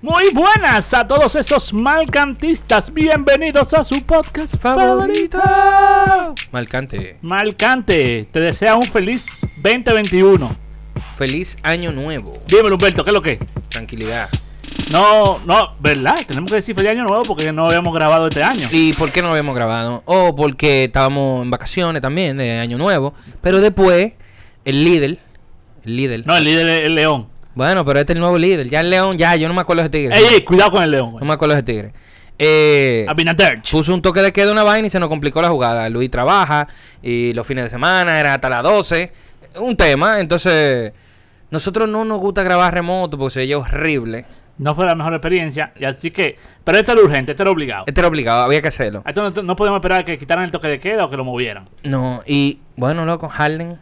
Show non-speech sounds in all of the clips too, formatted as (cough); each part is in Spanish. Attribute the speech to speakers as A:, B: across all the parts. A: Muy buenas a todos esos malcantistas. Bienvenidos a su podcast favorito.
B: Malcante.
A: Malcante, te desea un feliz 2021.
B: Feliz año nuevo.
A: Dímelo, Humberto, ¿qué es lo que?
B: Tranquilidad.
A: No, no, ¿verdad? Tenemos que decir feliz año nuevo porque no habíamos grabado este año.
B: ¿Y por qué no lo habíamos grabado? O porque estábamos en vacaciones también de año nuevo. Pero después, el líder. El líder.
A: No, el líder es el león.
B: Bueno, pero este es el nuevo líder. Ya el león, ya, yo no me acuerdo de ese tigre.
A: Ey, ey, cuidado con el león,
B: No
A: güey.
B: me acuerdo de ese tigre. Eh,
A: Abinader.
B: puso un toque de queda una vaina y se nos complicó la jugada. Luis trabaja y los fines de semana era hasta las 12. Un tema, entonces nosotros no nos gusta grabar remoto porque se oye horrible.
A: No fue la mejor experiencia. Y así que. Pero esto era urgente, esto era obligado.
B: Este era obligado, había que hacerlo.
A: Esto no, no podemos esperar a que quitaran el toque de queda o que lo movieran.
B: No, y bueno, loco, Harden.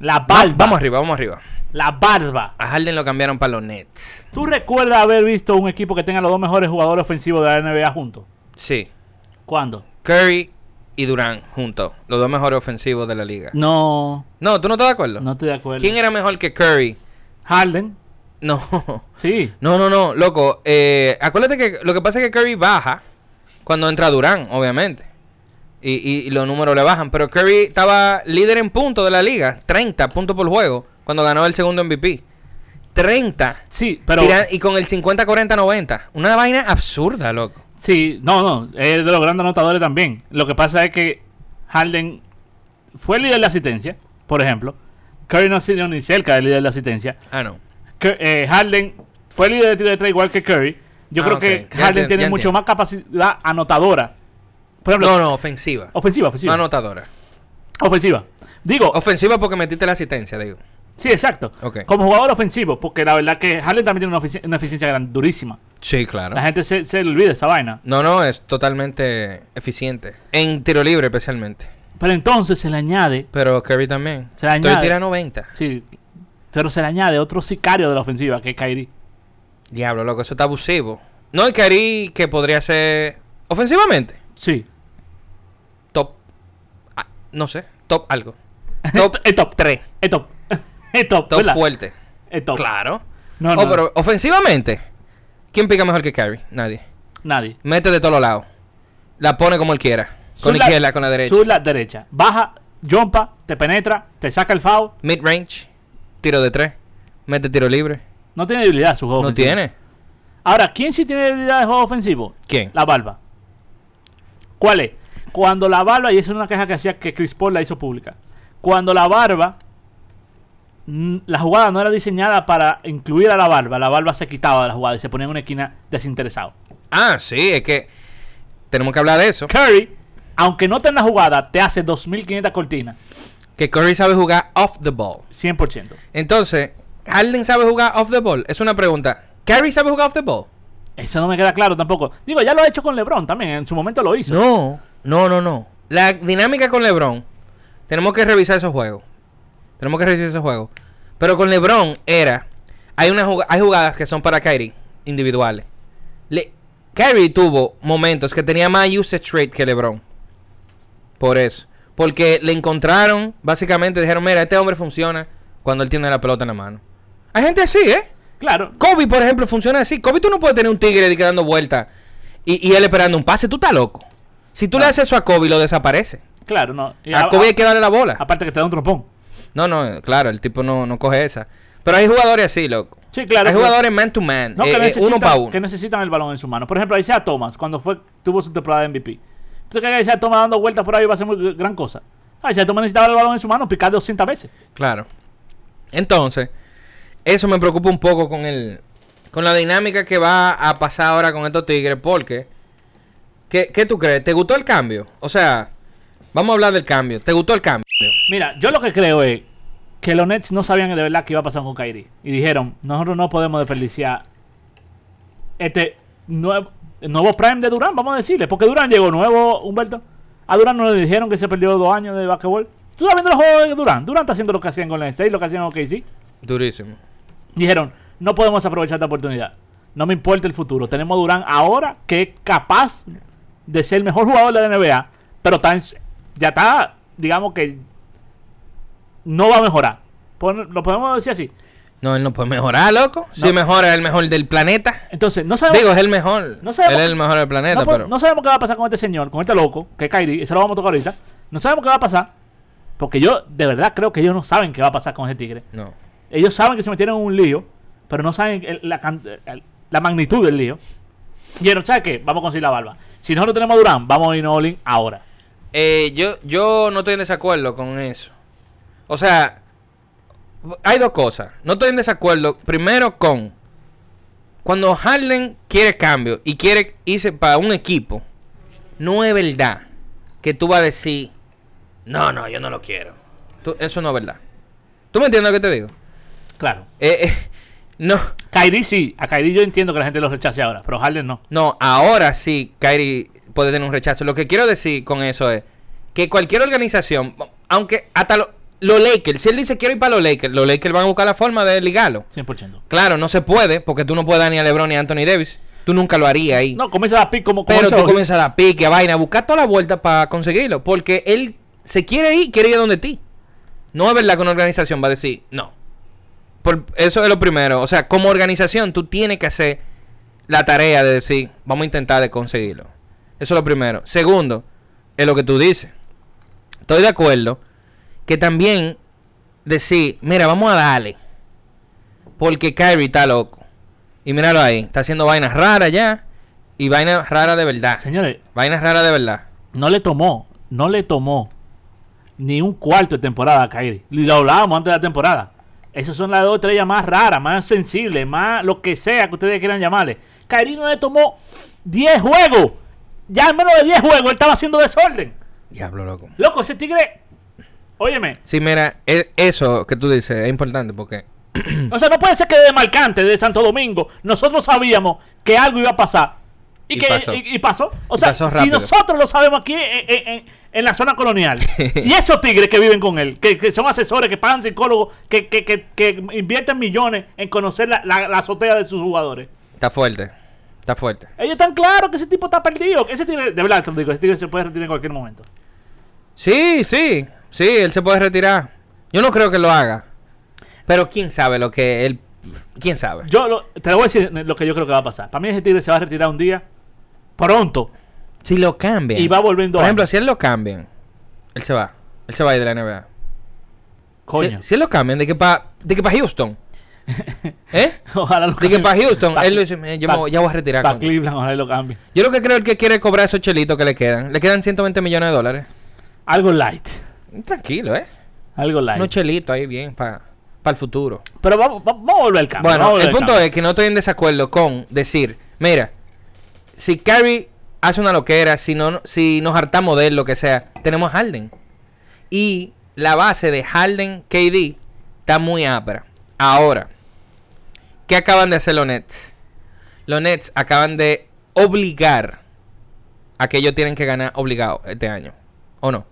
A: La barba.
B: Va- vamos arriba, vamos arriba.
A: La barba.
B: A Harden lo cambiaron para los Nets.
A: ¿Tú recuerdas haber visto un equipo que tenga los dos mejores jugadores ofensivos de la NBA juntos?
B: Sí.
A: ¿Cuándo?
B: Curry y Durán juntos. Los dos mejores ofensivos de la liga.
A: No,
B: No, ¿tú no estás de acuerdo?
A: no estoy de acuerdo.
B: ¿Quién era mejor que Curry?
A: Harden.
B: No. (laughs)
A: Sí.
B: No, no, no, loco. eh, acuérdate que lo que pasa es que Curry baja cuando entra Durán, obviamente. Y, y- y los números le bajan. Pero Curry estaba líder en puntos de la liga. 30 puntos por juego cuando ganó el segundo MVP. 30.
A: Sí, pero.
B: Tira- y con el 50-40-90. Una vaina absurda, loco.
A: Sí, no, no. Es de los grandes anotadores también. Lo que pasa es que Harden fue el líder de asistencia, por ejemplo. Curry no ha sido ni cerca del líder de asistencia.
B: Ah, no.
A: Cur- eh, Harden fue líder de tiro de tres igual que Curry. Yo
B: Ah,
A: creo
B: ok.
A: que
B: Ya
A: Harden
B: entiendo,
A: tiene
B: ya
A: mucho
B: entiendo.
A: más capacidad anotadora. Por ejemplo,
B: No, no, ofensiva.
A: ofensiva, ofensiva.
B: No anotadora.
A: Ofensiva. Digo,
B: Ofensiva porque metiste la asistencia, digo.
A: sí, exacto.
B: Ok.
A: Como jugador ofensivo, porque la verdad que Harden también tiene una, ofici- una eficiencia gran, durísima.
B: Sí, claro.
A: La gente se, se le olvida esa vaina.
B: No, no, es totalmente eficiente. En tiro libre especialmente.
A: Pero entonces se le añade,
B: Pero Curry también.
A: Se la
B: Estoy
A: añade.
B: tira 90.
A: sí, pero se le añade otro sicario de la ofensiva, que es Kyrie.
B: Diablo, loco, eso está abusivo. No, y Curry que podría ser ofensivamente
A: Sí.
B: top. ah, no sé, top
A: (laughs)
B: algo. Top
A: Es top.
B: 3.
A: Es top. (laughs) Es top,
B: Top
A: ¿verdad?
B: fuerte.
A: Es top.
B: Claro.
A: No, no,
B: Oh, pero ofensivamente, ¿quién pica mejor que Curry? Nadie.
A: nadie.
B: Mete de todos los lados. La pone como él quiera. Con
A: Sur
B: la izquierda, con la derecha.
A: Sur la derecha. Baja, jumpa, te penetra, te saca el foul.
B: Mid range. Tiro de tres. Mete tiro libre.
A: No tiene debilidad su juego
B: No
A: ofensivo.
B: tiene.
A: Ahora, ¿quién sí tiene debilidad de juego ofensivo?
B: ¿Quién?
A: La barba. ¿Cuál es? Cuando la barba, y esa es una queja que hacía que Chris Paul la hizo pública. Cuando la barba, mm, la jugada no era diseñada para incluir a la barba, la barba se quitaba de la jugada y se ponía en una esquina desinteresado.
B: Ah, sí, es que tenemos que hablar de eso.
A: Curry, aunque no tenga jugada, te hace 2.500 cortinas,
B: Que Curry sabe jugar off the ball.
A: 100%.
B: Entonces, ¿Harden sabe jugar off the ball? Es una pregunta. ¿Curry sabe jugar off the ball?
A: Eso no me queda claro tampoco. Digo, ya lo ha hecho con LeBron también, en su momento lo hizo.
B: No, no, no, no. La dinámica con LeBron, tenemos que revisar esos juegos. Tenemos que revisar esos juegos. Pero con LeBron era, hay una jug- hay jugadas que son para Kyrie individuales. Le Kyrie tuvo momentos que tenía más usage rate que LeBron. Por eso, porque le encontraron, básicamente dijeron, "Mira, este hombre funciona cuando él tiene la pelota en la mano." Hay gente así, ¿eh?
A: Claro,
B: Kobe, por ejemplo, funciona así. Kobe, tú no puedes tener un tigre de que dando vueltas y, y él esperando un pase. Tú estás loco. Si tú le
A: Ah.
B: haces eso a Kobe, lo desaparece.
A: claro, no. Y a-
B: A Kobe hay que darle la bola.
A: aparte que te da un trompón.
B: No, no, claro, el tipo no, no coge esa. Pero hay jugadores así, loco.
A: Sí, claro.
B: hay
A: que-
B: jugadores man to man.
A: no,
B: eh,
A: que,
B: eh,
A: necesitan,
B: uno para uno.
A: que necesitan el balón en su mano. Por ejemplo, Isaiah Thomas, cuando fue, tuvo su temporada de MVP. ¿Tú crees que Isaiah Thomas dando vueltas por ahí va a ser muy gran cosa? Ah, Isaiah Thomas necesitaba el balón en su mano, picar 200 veces.
B: Claro. Entonces, eso me preocupa un poco con el con la dinámica que va a pasar ahora con estos Tigres porque ¿qué, qué tú crees? ¿Te gustó el cambio? O sea, vamos a hablar del cambio. ¿Te gustó el cambio?
A: Mira, yo lo que creo es que los Nets no sabían de verdad qué iba a pasar con Kyrie. Y dijeron, nosotros no podemos desperdiciar este nuevo, nuevo prime de Durán, vamos a decirle. Porque Durán llegó nuevo, Humberto. A Durán no le dijeron que se perdió dos años de basquetbol. Tú estás viendo los juegos de Durán. Durán está haciendo lo que hacían con la State, lo que hacían con KC.
B: Durísimo.
A: Dijeron, no podemos aprovechar esta oportunidad. No me importa el futuro. Tenemos a Durán ahora que es capaz de ser el mejor jugador de la NBA, pero está en su- ya está, digamos que no va a mejorar. Pon- Lo podemos decir así.
B: No, él no puede mejorar, loco. Si
A: No.
B: mejora, es el mejor del planeta.
A: Entonces, no sabemos.
B: Digo, es el mejor.
A: No sabemos-
B: Él es el mejor del planeta,
A: no, po-
B: pero.
A: no sabemos qué va a pasar con este señor, con este loco, que es Kyrie, eso lo vamos a tocar ahorita. No sabemos qué va a pasar. Porque yo de verdad creo que ellos no saben qué va a pasar con ese tigre.
B: No.
A: Ellos saben que se metieron en un lío, pero no saben el- la, can- el- la magnitud del lío. Y no ¿sabes qué? Vamos a conseguir la barba. Si nosotros tenemos a Durán, vamos a ir a All In ahora.
B: Eh, yo, yo no estoy en desacuerdo con eso. O sea, hay dos cosas. No estoy en desacuerdo. Primero con cuando Harden quiere cambio y quiere irse para un equipo, no es verdad que tú vas a decir, no, no, yo no lo quiero. Tú- eso no es verdad. ¿Tú me entiendes lo que te digo?
A: Claro.
B: Eh, eh, (laughs) no,
A: Kyrie sí. A Kyrie yo entiendo que la gente lo rechace ahora, pero Harden no.
B: no, ahora sí Kyrie puede tener un rechazo. Lo que quiero decir con eso es que cualquier organización, aunque hasta lo- los Lakers, si él dice quiero ir para los Lakers, los Lakers van a buscar la forma de ligarlo.
A: 100%.
B: Claro, no se puede, porque tú no puedes dar ni a LeBron ni a Anthony Davis. Tú nunca lo harías ahí.
A: No, comienza a pick como, como
B: Pero
A: ese
B: tú
A: ojo.
B: comienzas a dar pique, a vaina, a buscar toda la vuelta para conseguirlo. Porque él se quiere ir, quiere ir a donde ti. No es verdad que una organización va a decir, no. Por- eso es lo primero. O sea, como organización, tú tienes que hacer la tarea de decir, vamos a intentar de conseguirlo. Eso es lo primero. Segundo, es lo que tú dices. Estoy de acuerdo que también decir, mira, vamos a darle. Porque Kyrie está loco. Y míralo ahí, está haciendo vainas raras ya. Y vainas raras de verdad.
A: Señores,
B: Vainas raras de verdad.
A: no le tomó, no le tomó ni un cuarto de temporada a Kyrie. Y lo hablábamos antes de la temporada. Esas son las dos estrellas más raras, más sensibles, más lo que sea que ustedes quieran llamarle. Kyrie no le tomó 10 juegos. Ya en menos de 10 juegos él estaba haciendo desorden.
B: Diablo, loco.
A: Loco, ese tigre. Óyeme.
B: Sí, mira, e- eso que tú dices es importante porque...
A: O sea, no puede ser que de Marcante, de Santo Domingo, nosotros sabíamos que algo iba a pasar. Y,
B: Y
A: que,
B: pasó.
A: Y, y pasó. O sea,
B: pasó
A: si
B: rápido.
A: nosotros lo sabemos aquí en, en- en- en la zona
B: (laughs)
A: colonial, y esos tigres que viven con él, que, que son asesores, que pagan psicólogos, que, que, que- que invierten millones en conocer la, la- la azotea de sus jugadores.
B: Está fuerte. Está fuerte.
A: Ellos están claros que ese tipo está perdido. Ese tigre, de verdad te lo digo, ese tigre se puede retirar en cualquier momento.
B: Sí, sí. Sí, él se puede retirar. Yo no creo que lo haga. Pero quién sabe lo que él... ¿Quién sabe?
A: Yo lo- te lo voy a decir lo que yo creo que va a pasar. Para mí ese tigre se va a retirar un día, pronto,
B: Si lo cambian.
A: y va volviendo
B: Por
A: a...
B: ejemplo, si él lo cambian, él se va. Él se va a ir de la NBA.
A: Coño.
B: Si, si él lo cambian, de que para de que
A: (laughs)
B: pa Houston. ¿Eh?
A: Ojalá lo
B: De que para Houston,
A: Pa-
B: él lo dice, "Man, yo me
A: pa-
B: voy- ya voy a retirar.
A: Para
B: con-
A: Cleveland, ojalá y lo cambie.
B: Yo lo que creo es que quiere cobrar esos chelitos que le quedan. Le quedan 120 millones de dólares.
A: Algo light.
B: Tranquilo, ¿eh?
A: Algo light.
B: Unos chelitos ahí bien para el futuro.
A: Pero vamos, va- vamos a volver al cambio.
B: Bueno,
A: vamos a volver
B: el
A: al
B: punto
A: cambio.
B: es que no estoy en desacuerdo con decir, mira, si Kyrie hace una loquera, si, no, si nos hartamos de él, lo que sea, tenemos a Harden. Y la base de Harden KD está muy ápera. Ahora, ¿qué acaban de hacer los Nets? Los Nets acaban de obligar a que ellos tienen que ganar obligado este año. ¿O no?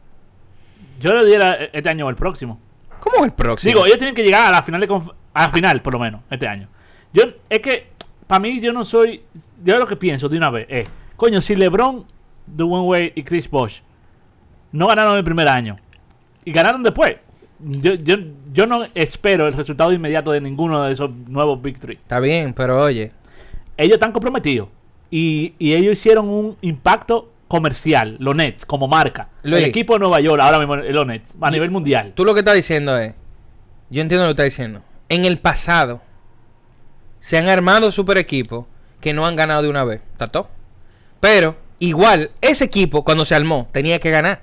A: Yo le diera eh, este año o el próximo.
B: ¿Cómo el próximo?
A: Digo, ellos tienen que llegar a la final, de conf- a la final por lo menos, este año. Yo, es que, para mí, yo no soy. Yo lo que pienso de una vez es: coño, si LeBron, Dwayne Wade y Chris Bosh no ganaron el primer año y ganaron después, yo, yo, yo no espero el resultado inmediato de ninguno de esos nuevos Big Three.
B: Está bien, pero oye.
A: ellos están comprometidos y, y ellos hicieron un impacto comercial, los Nets, como marca.
B: Luis.
A: el equipo de Nueva York ahora mismo, eh, los Nets, a nivel mundial.
B: Tú lo que estás diciendo es. Yo entiendo lo que estás diciendo. En el pasado se han armado super equipos que no han ganado de una vez. ¿Está todo? Pero, igual, ese equipo, cuando se armó, tenía que ganar.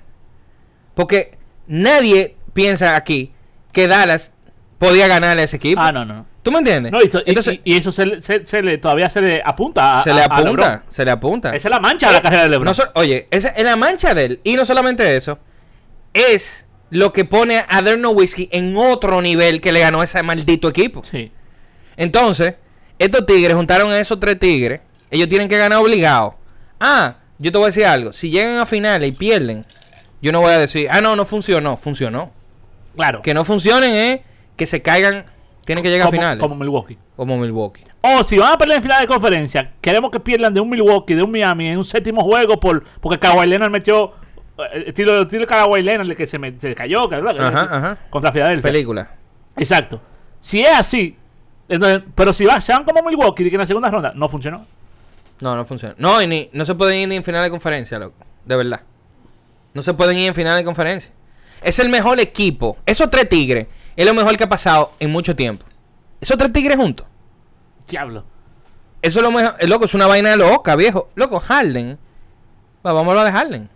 B: Porque nadie piensa aquí que Dallas podía ganarle a ese equipo.
A: Ah, no, no.
B: ¿Tú me entiendes?
A: No, y, to- y-
B: pues, eh, Entonces,
A: y- y eso se, le- se- se le, todavía se le apunta a,
B: se le
A: a- a LeBron.
B: apunta. Se le apunta. Eh,
A: Esa es la mancha de la carrera de LeBron.
B: No so- oye, esa es la mancha de él. Y no solamente eso, es lo que pone a Derno Whiskey en otro nivel que le ganó ese maldito equipo.
A: Sí.
B: Entonces, estos tigres juntaron a esos tres tigres. Ellos tienen que ganar obligado. Ah, yo te voy a decir algo. Si llegan a finales y pierden, yo no voy a decir, ah, no, no funcionó. Funcionó.
A: Claro.
B: Que no funcionen es que se caigan. Tienen que llegar
A: como,
B: a finales.
A: como
B: Como,
A: Milwaukee.
B: Milwaukee.
A: O si van a perder en final de conferencia, queremos que pierdan de un Milwaukee, de un Miami, en un séptimo juego por porque Kawhi Leonard metió eh, estilo, estilo Kawhi Leonard el que se, me, se cayó que-
B: Ajá, ajá.
A: contra Filadelfia.
B: Película.
A: Exacto. Si es así, Entonces, pero si va, sean como Milwaukee, que en la segunda ronda no funcionó.
B: No, no funciona. No, y ni, no se pueden ir ni en final de conferencia, loco. De verdad. No se pueden ir en final de conferencia. Es el mejor equipo. Esos tres tigres es lo mejor que ha pasado en mucho tiempo. Esos tres tigres juntos.
A: Diablo.
B: Eso es lo mejor. eh, Loco, es una vaina loca, viejo. Loco, Harden. Va, vamos a hablar de Harden.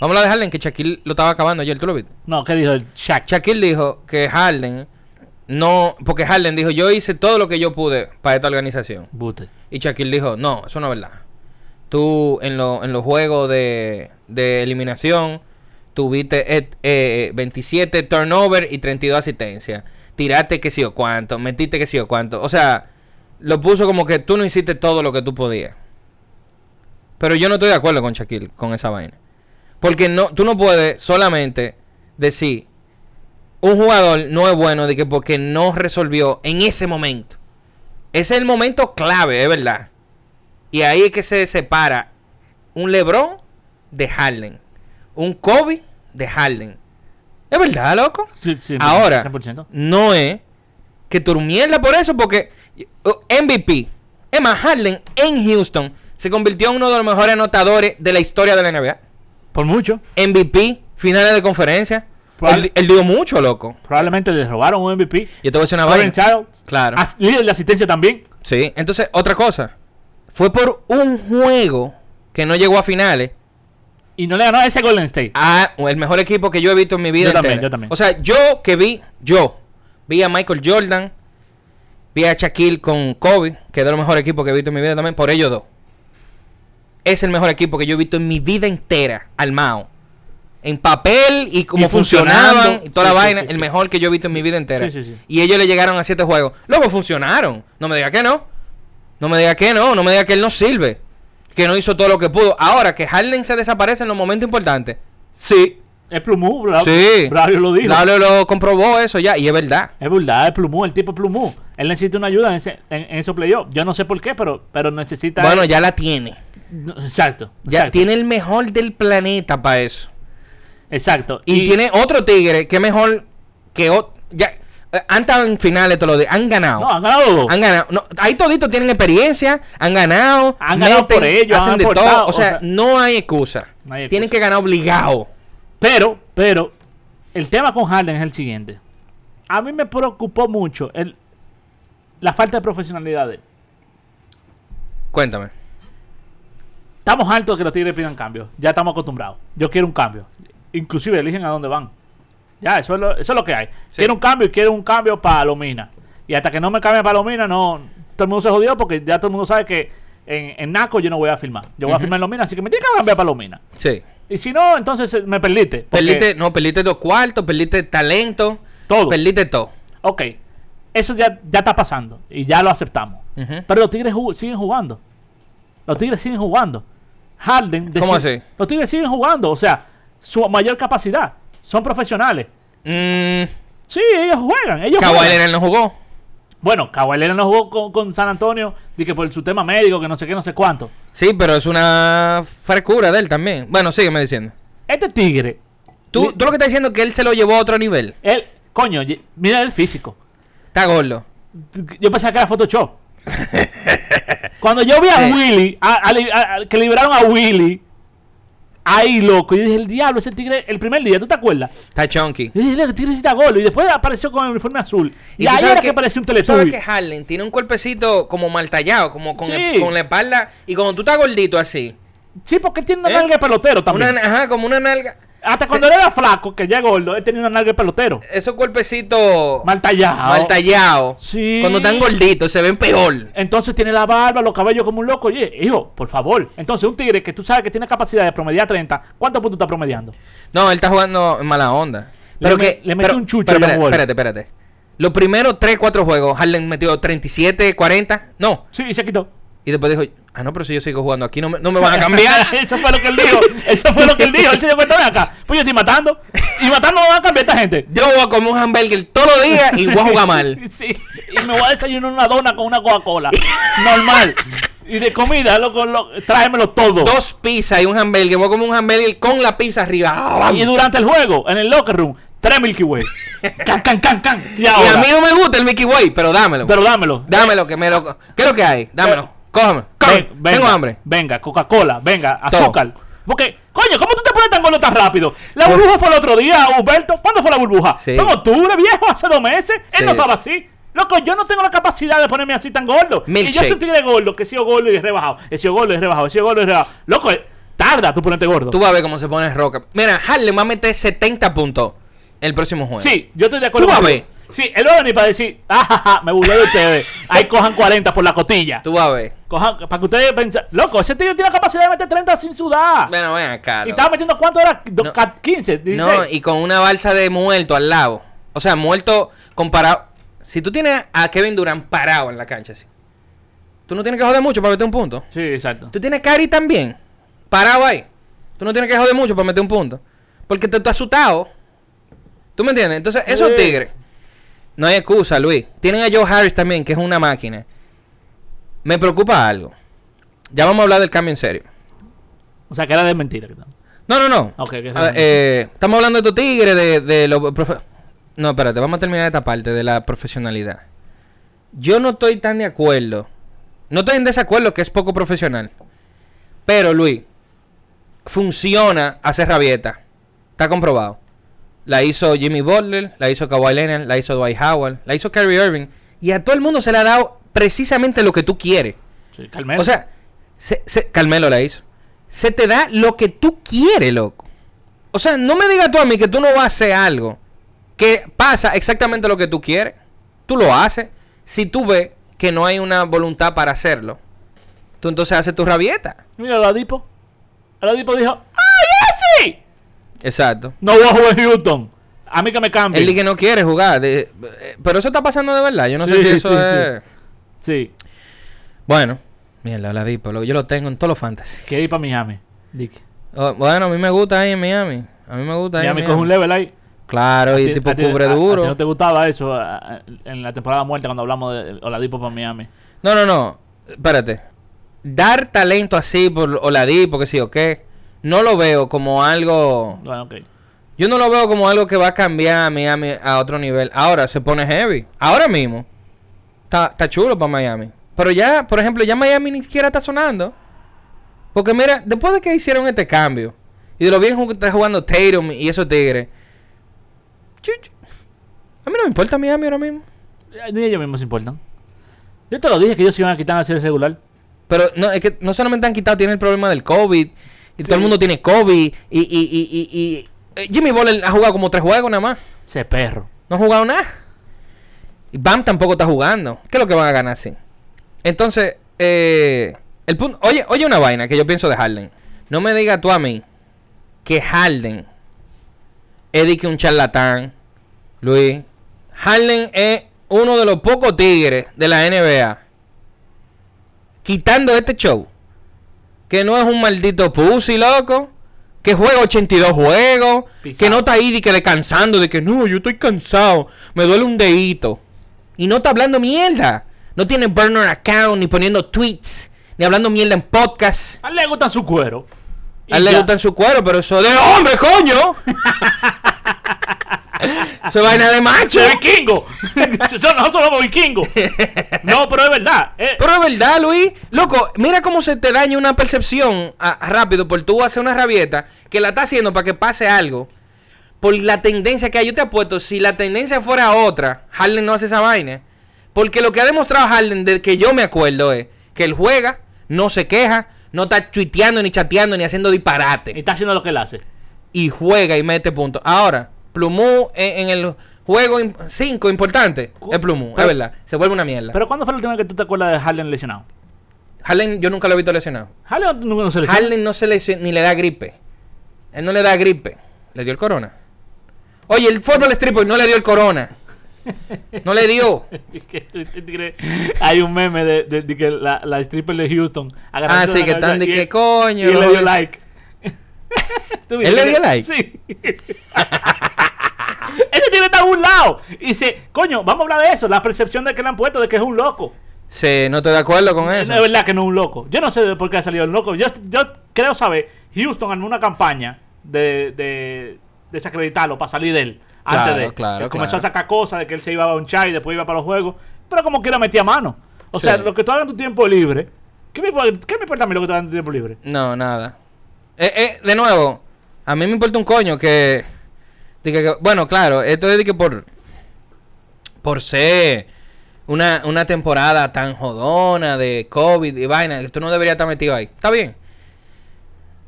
B: Vamos a hablar de Harden, que Shaquille lo estaba acabando ayer, tú lo viste.
A: No, ¿qué dijo el Shaq?
B: Shaquille dijo que Harden no. Porque Harden dijo: Yo hice todo lo que yo pude para esta organización.
A: Bute.
B: Y Shaquille dijo, no, eso no es verdad. Tú en, lo- en los juegos de, de eliminación tuviste eh, eh, 27 turnover y 32 asistencias. Tiraste que sí o cuánto, metiste que sí o cuánto. O sea, lo puso como que tú no hiciste todo lo que tú podías. Pero yo no estoy de acuerdo con Shaquille, con esa vaina. Porque no, tú no puedes solamente decir, un jugador no es bueno de que porque no resolvió en ese momento. Ese es el momento clave, es verdad. Y ahí es que se separa un LeBron de Harden. Un Kobe de Harden. Es verdad, loco.
A: Sí, sí,
B: Ahora,
A: 100%.
B: no es que tu mierda por eso, porque oh, MVP, Emma Harden en Houston se convirtió en uno de los mejores anotadores de la historia de la NBA.
A: Por mucho.
B: MVP, finales de conferencia.
A: Probable-
B: Él, él dio mucho, loco.
A: Probablemente le robaron un MVP.
B: Yo te voy a decir una
A: Warren
B: vaina.
A: Child.
B: Claro.
A: as- líder de asistencia también.
B: Sí, entonces, otra cosa. Fue por un juego que no llegó a finales
A: Y no le ganó a ese Golden State.
B: a el mejor equipo que yo he visto en mi vida
A: Yo también,
B: entera.
A: yo también.
B: O sea, yo que vi, yo vi a Michael Jordan, vi a Shaquille con Kobe, que es de los mejores equipos que he visto en mi vida también, por ellos dos. Es el mejor equipo que yo he visto en mi vida entera, armado. En papel y cómo
A: Y
B: funcionaban
A: funcionando.
B: y toda
A: Sí,
B: la
A: sí,
B: vaina,
A: sí,
B: el
A: sí.
B: mejor que yo he visto en mi vida entera.
A: Sí, sí, sí.
B: Y ellos le llegaron a siete juegos. Luego funcionaron. No me diga que no. No me diga que no, no me diga que él no sirve. Que no hizo todo lo que pudo. Ahora que Harden se desaparece en los momentos importantes. Sí.
A: Es Plumú, Bra-
B: Sí.
A: Ah, Braulio lo dijo.
B: Braulio lo comprobó eso ya. Y es verdad.
A: Es verdad, es Plumú, el tipo es Plumú. Él necesita una ayuda en, ese, en, en esos playoffs. Yo no sé por qué, pero, pero necesita.
B: Bueno, ya la tiene.
A: No, Exacto.
B: Ya
A: exacto,
B: tiene el mejor del planeta para eso.
A: Exacto.
B: Y, tiene otro tigre que es mejor que otro. Ya, eh, han estado en finales todos los días. Han ganado.
A: No, han ganado dos.
B: Han ganado. No, ahí toditos tienen experiencia, han ganado,
A: Han ganado por ellos,
B: hacen
A: han
B: de
A: aportado,
B: todo. O
A: o
B: sea,
A: sea,
B: no hay excusa.
A: No hay
B: Tienen
A: excusa.
B: que ganar obligado.
A: Pero, pero, el tema con Harden es el siguiente. A mí me preocupó mucho el, la falta de profesionalidad de él.
B: Cuéntame.
A: Estamos hartos de que los Tigres pidan cambios. Ya estamos acostumbrados. Yo quiero un cambio. Inclusive eligen a dónde van. Ya, eso es lo, eso es lo que hay. Quiero un cambio y quiero un cambio para Lomina. Y hasta que no me cambie para Lomina, no, todo el mundo se jodió porque ya todo el mundo sabe que en, en Naco yo no voy a firmar. Yo voy a firmar en Lomina, así que me tiene que cambiar para Lomina.
B: Sí.
A: Y si no, entonces eh, me perdiste. porque-
B: Perdiste, no, perdiste dos cuartos, perdiste talento.
A: Todo.
B: Perdiste todo.
A: Ok, eso ya, ya está pasando y ya lo aceptamos.
B: Ujú.
A: Pero los Tigres ju- siguen jugando. Los Tigres siguen jugando. Harden.
B: ¿Cómo
A: deci-
B: así?
A: Los Tigres siguen jugando. O sea, su mayor capacidad. Son profesionales.
B: Mm,
A: Sí, ellos juegan. Ellos
B: Kawhi
A: juegan.
B: Leonard no jugó.
A: Bueno, Kawhi Leonard no jugó con, con San Antonio. de que por su tema médico, que no sé qué, no sé cuánto.
B: Sí, pero es una frescura de él también. Bueno, sígueme diciendo.
A: Este Tigre.
B: Tú,
A: Li-
B: tú lo que estás diciendo es que él se lo llevó a otro nivel.
A: Él, coño, ye- mira el físico.
B: Está gordo.
A: Yo pensaba que era Photoshop. Cuando yo vi a
B: Sí.
A: Willy, a- a li- a- a- que liberaron a Willy, ahí loco, y dije, el diablo, ese tigre, el primer día, ¿tú te acuerdas?
B: Está chunky.
A: Y dije, el tigre necesita gol, y después apareció con el uniforme azul. Y,
B: tú
A: ahí
B: sabes
A: era que, apareció un
B: tú sabes que
A: teletubby.
B: Harlan tiene un cuerpecito como mal tallado, como con, el-
A: Sí.
B: con la espalda. Y cuando tú estás gordito así,
A: Sí, porque él tiene una
B: ¿Eh?
A: nalga de pelotero
B: una,
A: también.
B: ajá, como una nalga.
A: Hasta cuando él era flaco, que ya es gordo, él tenía una nalga de pelotero.
B: Esos cuerpecitos
A: Mal tallado.
B: mal tallados.
A: Sí.
B: Cuando están gorditos, se ven peor.
A: Entonces tiene la barba, los cabellos como un loco. Oye, hijo, por favor. Entonces, un tigre que tú sabes que tiene capacidad de promediar 30, ¿cuántos puntos está promediando?
B: No, él está jugando en mala onda.
A: Le
B: Pero
A: me-
B: que,
A: le metió
B: pero-
A: un chucho
B: pero
A: a John
B: espérate,
A: Wall.
B: espérate, espérate. Los primeros 3, 4 juegos, Harlan metió 37, 40. No.
A: Sí, y se quitó.
B: Y después dijo, ah, no, pero si yo sigo jugando aquí, no me, no me van a cambiar.
A: (laughs) eso fue lo que él dijo. Eso fue lo que él dijo. Él se dio cuenta, ven acá. Pues yo estoy matando. Y matando no va a cambiar esta gente.
B: yo voy a comer un hamburger todos los días y voy a jugar mal.
A: (laughs) Sí. Y me voy a desayunar una dona con una Coca-Cola. Normal. Y de comida, loco, lo, tráemelo todo.
B: Dos pizzas y un hamburger. Voy a comer un hamburger con la pizza arriba. Ah,
A: Y durante el juego, en el locker room, Tres Milky Way. can, can, can, can. Y
B: Y
A: ahora.
B: a mí no me gusta el Mickey Way, pero dámelo.
A: Pero dámelo.
B: dámelo, que me lo. ¿Qué es lo que hay? Dámelo. Cógeme.
A: Ven-
B: Cógeme. Tengo hambre.
A: Venga, Coca-Cola, venga,
B: Todo.
A: azúcar. Porque, coño, ¿cómo tú te pones tan gordo tan rápido? La burbuja fue el otro día, Humberto. ¿Cuándo fue la burbuja?
B: Sí.
A: Fue En octubre, viejo, hace dos meses. Él
B: Sí.
A: no estaba así. Loco, yo no tengo la capacidad de ponerme así tan gordo. Y yo
B: Milkshake.
A: soy un tigre gordo, que he sido gordo y rebajado. He sido gordo y rebajado, he sido gordo y rebajado. Loco, eh, tarda tú ponerte gordo.
B: Tú vas a ver cómo se pone Roca. Mira, Harlem va a meter 70 puntos el próximo juego.
A: Sí, yo estoy de acuerdo.
B: Tú vas a
A: contigo. Sí, él va a venir para decir, ajaja, me burlé de ustedes. Ahí cojan 40 por la costilla.
B: Tú vas a ver.
A: Cojan, para que ustedes piensen, loco, ese tío tiene la capacidad de meter 30 sin sudar.
B: Bueno, ven acá.
A: Y
B: loco.
A: estaba metiendo cuánto era? Do-
B: No.
A: ca- 15, 16.
B: No, y con una balsa de muerto al lado. O sea, muerto comparado. Si tú tienes a Kevin Durant parado en la cancha, así, tú no tienes que joder mucho para meter un punto.
A: Sí, exacto.
B: Tú tienes a Kyrie también parado ahí. Tú no tienes que joder mucho para meter un punto. Porque te, te has asustado. ¿Tú me entiendes? Entonces, esos
A: Sí.
B: tigres. No hay excusa, Luis. Tienen a Joe Harris también, que es una máquina. Me preocupa algo. Ya vamos a hablar del cambio en serio.
A: O sea, que era de mentira. ¿no?
B: No, no, no.
A: Ok, que es
B: A-
A: realmente.
B: eh, estamos hablando de tu tigre, de, de los profe- No, espérate, vamos a terminar esta parte de la profesionalidad. Yo no estoy tan de acuerdo. No estoy en desacuerdo que es poco profesional. Pero, Luis, funciona hacer rabieta. Está comprobado. La hizo Jimmy Butler, la hizo Kawhi Leonard, la hizo Dwight Howard, la hizo Kyrie Irving. Y a todo el mundo se le ha dado precisamente lo que tú quieres.
A: Sí, Carmelo.
B: O sea, se- se- Carmelo la hizo. Se te da lo que tú quieres, loco. O sea, no me digas tú a mí que tú no vas a hacer algo que pasa exactamente lo que tú quieres. Tú lo haces. Si tú ves que no hay una voluntad para hacerlo, tú entonces haces tu rabieta.
A: mira, el Adipo. El Adipo dijo, ¡Ay, Jesse!
B: Exacto.
A: No voy a jugar en Houston. A mí que me cambie.
B: Él dice que no quiere jugar. de- eh, pero eso está pasando de verdad. Yo no
A: Sí,
B: sé si
A: sí,
B: eso
A: sí.
B: es.
A: Sí,
B: Bueno, mierda, la di, pero yo lo tengo en todos los fantasy.
A: quiere ir para Miami. Dick.
B: Oh, bueno, a mí me gusta ahí en Miami. A mí me gusta ahí. en
A: Miami coge un level ahí.
B: Claro, y el
A: Ti-
B: tipo
A: a ti-
B: cubre
A: a- a
B: duro.
A: ti no te gustaba eso a- a- en la temporada muerta cuando hablamos de Oladipo para Miami.
B: No, no, no. Espérate. Dar talento así por Oladipo, que sí o qué, no lo veo como algo.
A: Bueno, ok.
B: Yo no lo veo como algo que va a cambiar a Miami a otro nivel. Ahora se pone heavy. Ahora mismo. Está, está chulo para Miami. Pero ya, por ejemplo, ya Miami ni siquiera está sonando. Porque mira, después de que hicieron este cambio y de lo bien que está jugando Tatum y esos tigres. chuch, A mí no me importa Miami ahora mismo.
A: Eh, Ni ellos mismos se importan. Yo te lo dije que ellos se iban a quitar a ser regular.
B: Pero no, es que no solamente han quitado, tiene el problema del COVID. Y todo el mundo tiene COVID. Y, y, y, y, y- eh, Jimmy Butler ha jugado como tres juegos nada más.
A: Ese perro.
B: No ha jugado nada. Y Bam tampoco está jugando. ¿Qué es lo que van a ganar así? Entonces, eh, el punto. Oye, oye una vaina que yo pienso de Harden. No me digas tú a mí que Harden es de que un charlatán. Luis. Harden es uno de los pocos tigres de la NBA. Quitando este show. Que no es un maldito pussy, loco. Que juega 82 juegos.
A: Pisado.
B: Que no está ahí de que descansando. De que no, yo estoy cansado. Me duele un dedito. Y no está hablando mierda. No tiene burner account, ni poniendo tweets, ni hablando mierda en podcast.
A: A él le gustan su cuero. Y
B: A él le
A: ya.
B: gustan su cuero, pero eso de hombre, coño.
A: (laughs)
B: eso es vaina de macho.
A: ¡Che, vikingo! (laughs) Son- Nosotros somos vikingos. No, pero es verdad. Eh,
B: Pero es verdad, Luis. Loco, mira cómo se te daña una percepción ah, rápido por tú hacer una rabieta que la está haciendo para que pase algo. Por la tendencia que hay. Yo te apuesto, si la tendencia fuera otra, Harden no hace esa vaina. Porque lo que ha demostrado Harden, desde que yo me acuerdo, es que él juega, no se queja, no está tuiteando, ni chateando, ni haciendo disparate.
A: está haciendo lo que él hace.
B: y juega y mete puntos. Ahora, Plumú en, en el juego 5 importante es Plumú, es
A: Pero-
B: verdad. Se vuelve una mierda.
A: Pero ¿cuándo fue la última vez que tú te acuerdas de Harden lesionado?
B: Harden, yo nunca lo he visto lesionado.
A: Harden no, no se lesionó. (laughs)
B: Harden no se lesiona ni le da gripe. Él no le da gripe. Le dio el corona. Oye, el fútbol stripper no le dio
A: (laughs)
B: el corona. No le dio.
A: Que tú- tú crees- Hay un meme de, de- de que la, la stripper de Houston agarrando
B: Ah, sí,
A: la
B: que
A: cabeza
B: están de
A: y-
B: que coño.
A: Y él le dio
B: (laughs)
A: like. ¿Tú viste
B: ¿Él le
A: que-
B: dio like?
A: Sí. (laughs) Ese tiene está burlado. Y dice, coño, vamos a hablar de eso. La percepción de que le han puesto de que es un loco.
B: Sí, no estoy de acuerdo con eso.
A: No, es verdad que no es un loco. Yo no sé de por qué ha salido el loco. Yo, yo creo saber, Houston armó una campaña de, de desacreditarlo para salir de él. Antes
B: Claro,
A: de.
B: claro,
A: comenzó
B: claro.
A: a sacar cosas de que él se iba a un chai y después iba para los juegos. Pero como quiera metía mano. O sea,
B: Sí.
A: lo que tú hagas en tu tiempo libre. ¿Qué me, impo- qué me importa a mí lo que tú hagas en tu tiempo libre?
B: No, nada. Eh, eh, de nuevo, a mí me importa un coño que, de que- que- Bueno, claro, esto es de que por. Por ser una, una temporada tan jodona de COVID y vaina, que tú no deberías estar metido ahí. Está bien.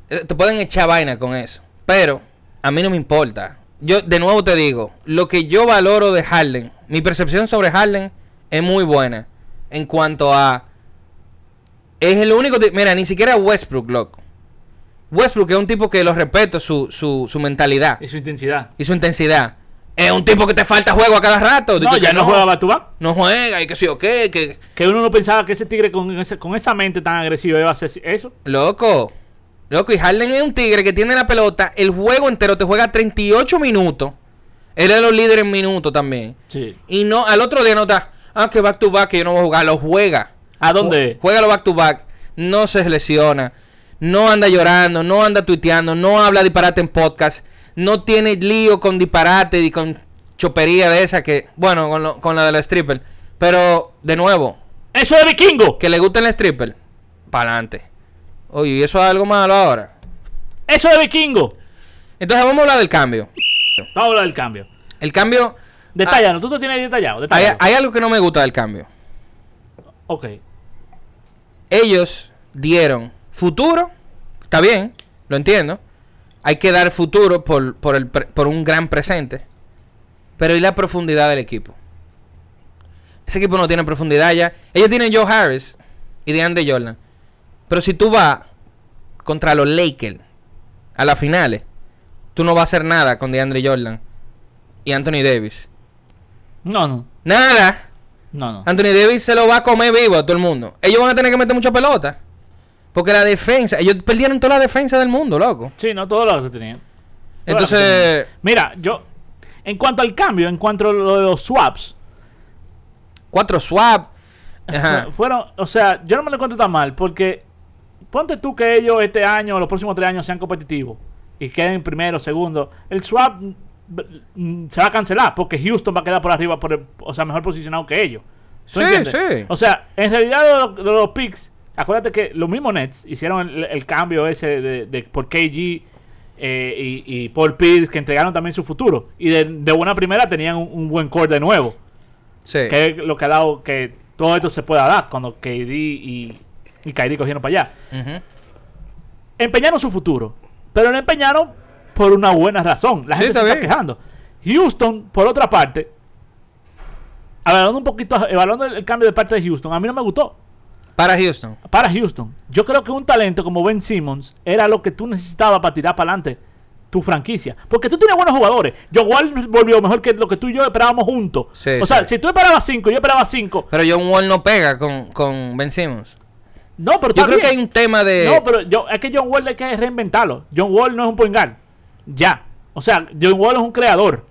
B: Eh, Te pueden echar vaina con eso. Pero a mí no me importa. Yo, de nuevo te digo, lo que yo valoro de Harden, mi percepción sobre Harden es muy buena. En cuanto a. Es el único. ti- Mira, ni siquiera Westbrook, loco. Westbrook es un tipo que lo respeto, su, su, su mentalidad
A: Y su intensidad.
B: y su intensidad. Es un tipo que te falta juego a cada rato. Digo
A: No,
B: que
A: ya no jugaba tú va.
B: No juega y que sí o qué. Que...
A: Que uno no pensaba que ese tigre con, ese- con esa mente tan agresiva iba a hacer eso.
B: Loco. Loco, y Harden es un tigre que tiene la pelota. El juego entero te juega 38 minutos. Él es los líderes en minutos también.
A: Sí.
B: Y no, al otro día no está. Ah, que back to back, que yo no voy a jugar. Lo juega.
A: ¿A dónde?
B: Ju- Juega lo back to back. No se lesiona. No anda llorando. No anda tuiteando. No habla disparate en podcast. No tiene lío con disparate y con chopería de esa que. Bueno, con, lo- con la de la stripper. Pero, de nuevo,
A: ¡Eso es vikingo!
B: que le gusten la stripper. Para adelante. Oye, ¿y eso es algo malo ahora?
A: ¡Eso es vikingo!
B: Entonces, vamos a hablar del cambio.
A: Vamos a hablar del cambio.
B: El cambio.
A: Detallalo, tú te tienes Ah. ahí detallado.
B: Hay,
A: detallalo.
B: hay algo que no me gusta del cambio.
A: Ok.
B: ellos dieron futuro, está bien, lo entiendo. Hay que dar futuro por, por el pre- por un gran presente. Pero ¿y la profundidad del equipo? Ese equipo no tiene profundidad ya. Ellos tienen Joe Harris y DeAndre Jordan. Pero si tú vas contra los Lakers a las finales, tú no vas a hacer nada con DeAndre Jordan y Anthony Davis.
A: No, no.
B: Nada.
A: No, no.
B: Anthony Davis se lo va a comer vivo a todo el mundo. Ellos van a tener que meter mucha pelota. Porque la defensa, ellos perdieron toda la defensa del mundo, loco.
A: Sí, no, todo lo que tenían.
B: Entonces,
A: Mira, yo. En cuanto al cambio, en cuanto a lo de los swaps,
B: cuatro swap.
A: (laughs)
B: Ajá.
A: fue- fueron. O sea, yo no me lo encuentro tan mal, porque. Ponte tú que ellos este año o los próximos tres años sean competitivos y queden primero, segundo. El swap mm, mm, se va a cancelar porque Houston va a quedar por arriba, por el- o sea, mejor posicionado que ellos. ¿Tú
B: Sí,
A: entiendes?
B: sí.
A: O sea, en realidad de los, de los picks, acuérdate que los mismos Nets hicieron el, el cambio ese de, de- por KG eh, y, y Paul Pierce, que entregaron también su futuro. Y de, de buena primera tenían un, un buen core de nuevo,
B: Sí.
A: que es lo que ha dado que todo esto se pueda dar cuando KD y, y Kyrie cogieron para allá.
B: Ujú.
A: Empeñaron su futuro, pero lo empeñaron por una buena razón. La
B: Sí,
A: gente se
B: está
A: está
B: bien.
A: quejando. Houston, por otra parte, evaluando un poquito, evaluando el- el cambio de parte de Houston, a mí no me gustó
B: Para Houston.
A: para Houston. Yo creo que un talento como Ben Simmons era lo que tú necesitabas para tirar para adelante tu franquicia. Porque tú tienes buenos jugadores. Yo Wall volvió mejor que lo que tú y yo esperábamos juntos.
B: Sí,
A: o sea,
B: sí.
A: si tú esperabas 5 yo esperaba 5.
B: Pero John Wall no pega con, con Ben Simmons.
A: No, pero
B: Yo
A: está
B: creo
A: bien.
B: que hay un tema de.
A: No, pero yo, es que John Wall hay que reinventarlo. John Wall no es un point guard. Ya. O sea, John Wall es un creador.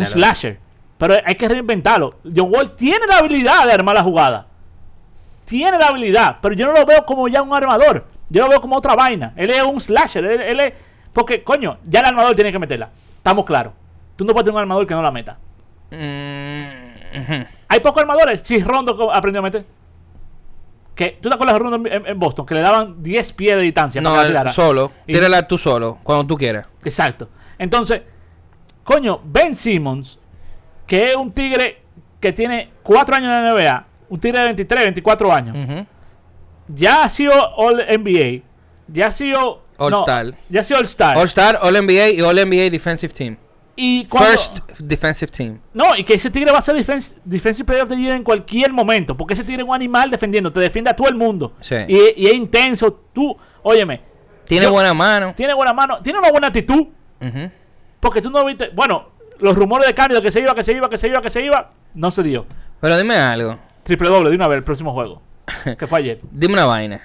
A: un
B: loco.
A: slasher. Pero hay que reinventarlo. John Wall tiene la habilidad de armar la jugada. Tiene la habilidad. Pero yo no lo veo como ya un armador. Yo lo veo como otra vaina. Él es un slasher. Él, él es. Porque, coño, ya el armador tiene que meterla. Estamos claros. Tú no puedes tener un armador que no la meta.
B: Mm, ujú.
A: Hay pocos armadores. Si Rondo co- aprendió a meter. Que, ¿Tú te acuerdas de Rondo en, en- en Boston? Que le daban 10 pies de distancia.
B: No,
A: para que la
B: él
A: tirara.
B: solo.
A: Y-
B: Tírala tú solo, cuando tú quieras.
A: Exacto. Entonces, coño, Ben Simmons, que es un tigre que tiene 4 años en la NBA, un tigre de 23, 24 años,
B: Ujú.
A: ya ha sido All NBA, ya ha sido. no,
B: All-Star.
A: ya ha sido All-Star.
B: All Star, All NBA y All NBA Defensive Team.
A: y cuando-
B: First Defensive Team.
A: No, y que ese tigre va a ser defense, Defensive Player of the Year en cualquier momento. Porque ese tigre es un animal defendiendo, te defiende a todo el mundo.
B: Sí.
A: Y, y es intenso. Tú, Óyeme,
B: Tiene
A: Yo-
B: buena mano.
A: tiene buena mano, tiene una buena actitud.
B: Ujú.
A: Porque tú no viste. Bueno, los rumores de Cándido que se iba, que se iba, que se iba, que se iba, no se dio.
B: Pero dime algo.
A: Triple doble de una vez el próximo
B: (laughs)
A: juego. Que fue ayer.
B: Dime una vaina.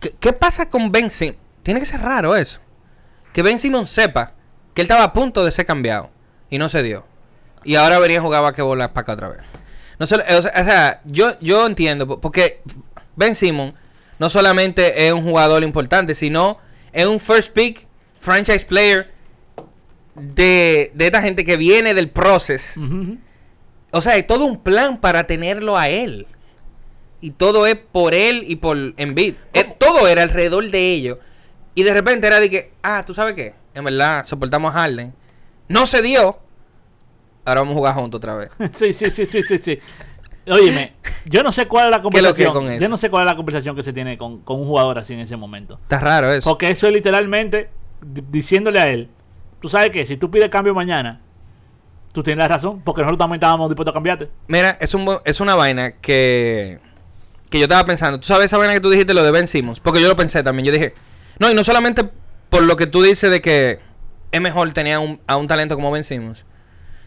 B: ¿Qué, qué pasa con Ben Simmons? Tiene que ser raro eso. Que Ben Simmons sepa que él estaba a punto de ser cambiado y no se dio. Y ahora vería jugar basquetbol para acá otra vez. No solo- o sea, o sea, yo, yo entiendo, po- porque Ben Simmons no solamente es un jugador importante, sino es un first pick, franchise player, de, de esta gente que viene del proceso.
A: Ujú.
B: O sea, hay todo un plan para tenerlo a él. Y todo es por él y por Embiid. Eh, Todo era alrededor de ellos. Y de repente era de que, ah, ¿tú sabes qué? En verdad, soportamos a Harden. No se dio. Ahora vamos a jugar juntos otra vez.
A: Sí, sí, sí, sí, sí, sí. Óyeme, yo no sé cuál es la
B: ¿Qué es lo que
A: conversación.
B: con eso?
A: yo no sé cuál es la conversación que se tiene con, con un jugador así en ese momento.
B: Está raro eso.
A: Porque eso es literalmente di- diciéndole a él, tú sabes que si tú pides cambio mañana, tú tienes la razón, porque nosotros también estábamos dispuestos a cambiarte.
B: Mira, es, un, bu- es una vaina que, que yo estaba pensando. ¿Tú sabes esa vaina que tú dijiste, lo de Ben Simmons? Porque yo lo pensé también. Yo dije, no, y no solamente por lo que tú dices de que es mejor tener a un, a un talento como Ben Simmons,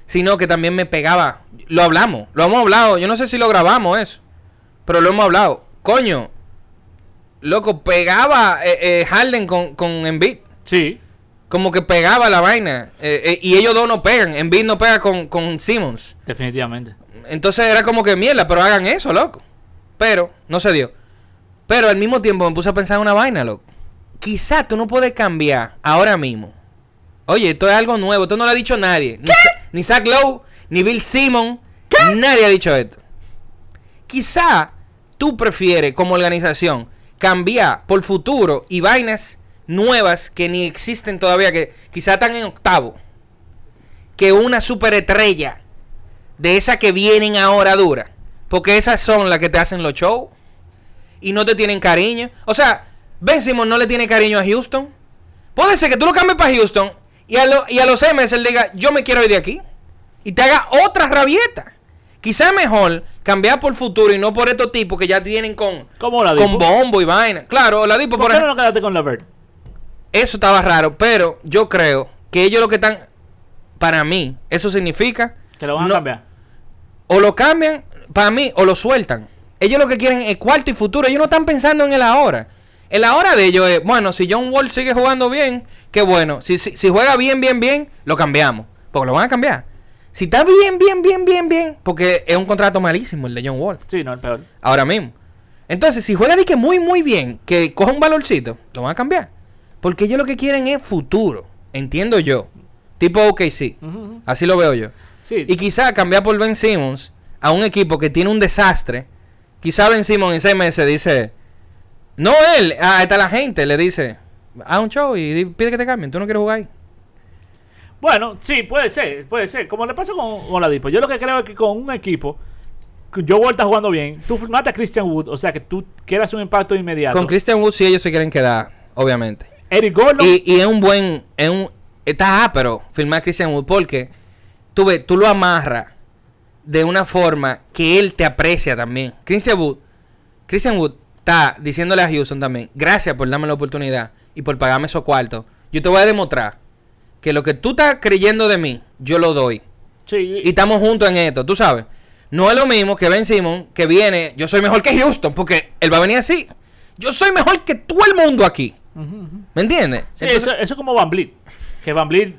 B: sino que también me pegaba. Lo hablamos, lo hemos hablado. Yo no sé si lo grabamos eso, pero lo hemos hablado. Coño, loco, pegaba eh, eh, Harden con, con Embiid.
A: Sí,
B: Como que pegaba la vaina. Eh, eh, y ellos dos no pegan. Embiid no pega con, con Simmons.
A: definitivamente.
B: Pues, Entonces era como que mierda, pero hagan eso, loco. Pero no se dio. Pero al mismo tiempo me puse a pensar en una vaina, loco. Quizá tú no puedes cambiar ahora mismo. Oye, esto es algo nuevo, esto no lo ha dicho nadie. Ni, Sa- ni Zach Lowe, ni Bill Simon. Nadie ha dicho esto. Quizá tú prefieres como organización cambiar por futuro y vainas nuevas que ni existen todavía, que quizá están en octavo, que una superestrella de esas que vienen ahora dura. Porque esas son las que te hacen los shows. Y no te tienen cariño. O sea, Ben Simmons no le tiene cariño a Houston. Puede ser que tú lo cambies para Houston. Y a, lo- y a los meses él diga, yo me quiero ir de aquí. Y te haga otra rabieta. Quizá es mejor cambiar por futuro y no por estos tipos que ya vienen con,
A: ¿Cómo la
B: con bombo y vaina. Claro, la dipo,
A: ¿Por,
B: por
A: qué no
B: ejemplo.
A: quedaste con Levert?
B: Eso estaba raro, pero yo creo que ellos lo que están. Para mí, eso significa.
A: Que lo van
B: no-
A: a cambiar.
B: O lo cambian, para mí, o lo sueltan. Ellos lo que quieren es cuarto y futuro. Ellos no están pensando en el ahora. El ahora de ellos es, bueno, si John Wall sigue jugando bien, qué bueno. Si, si, si juega bien, bien, bien, lo cambiamos. Porque lo van a cambiar. Si está bien, bien, bien, bien, bien. Porque es un contrato malísimo el de John Wall.
A: Sí, no, el peor.
B: Ahora mismo. Entonces, si juega de que muy, muy bien, que coja un valorcito, lo van a cambiar. Porque ellos lo que quieren es futuro. Entiendo yo. Tipo OKC.
A: Ujú, ujú.
B: Así lo veo yo.
A: Sí,
B: Y quizá cambiar por Ben Simmons a un equipo que tiene un desastre. Quizá Ben Simmons en seis meses dice. No él, a- hasta la gente le dice. Haz un show y di- pide que te cambien. Tú no quieres jugar ahí.
A: Bueno, sí, puede ser, puede ser. Como le pasa con Oladipo. Yo lo que creo es que con un equipo, que yo vuelta jugando bien, tú firmaste a Christian Wood, o sea que tú quieras un impacto inmediato.
B: Con Christian Wood, si ellos se quieren quedar, obviamente.
A: Eric Gordon,
B: Y, y es un buen. Es un, está ápero firmar a Christian Wood porque tú, ves, tú lo amarras de una forma que él te aprecia también. Christian Wood, Christian Wood está diciéndole a Houston también: Gracias por darme la oportunidad y por pagarme esos cuartos. Yo te voy a demostrar que lo que tú estás creyendo de mí, yo lo doy.
A: sí,
B: Y estamos juntos en esto, tú sabes. No es lo mismo que Ben Simon, que viene, yo soy mejor que Houston, porque él va a venir así. Yo soy mejor que todo el mundo aquí. ¿Me entiendes?
A: sí,
B: Entonces-
A: eso, eso es como Van Vliet. Que Van Vliet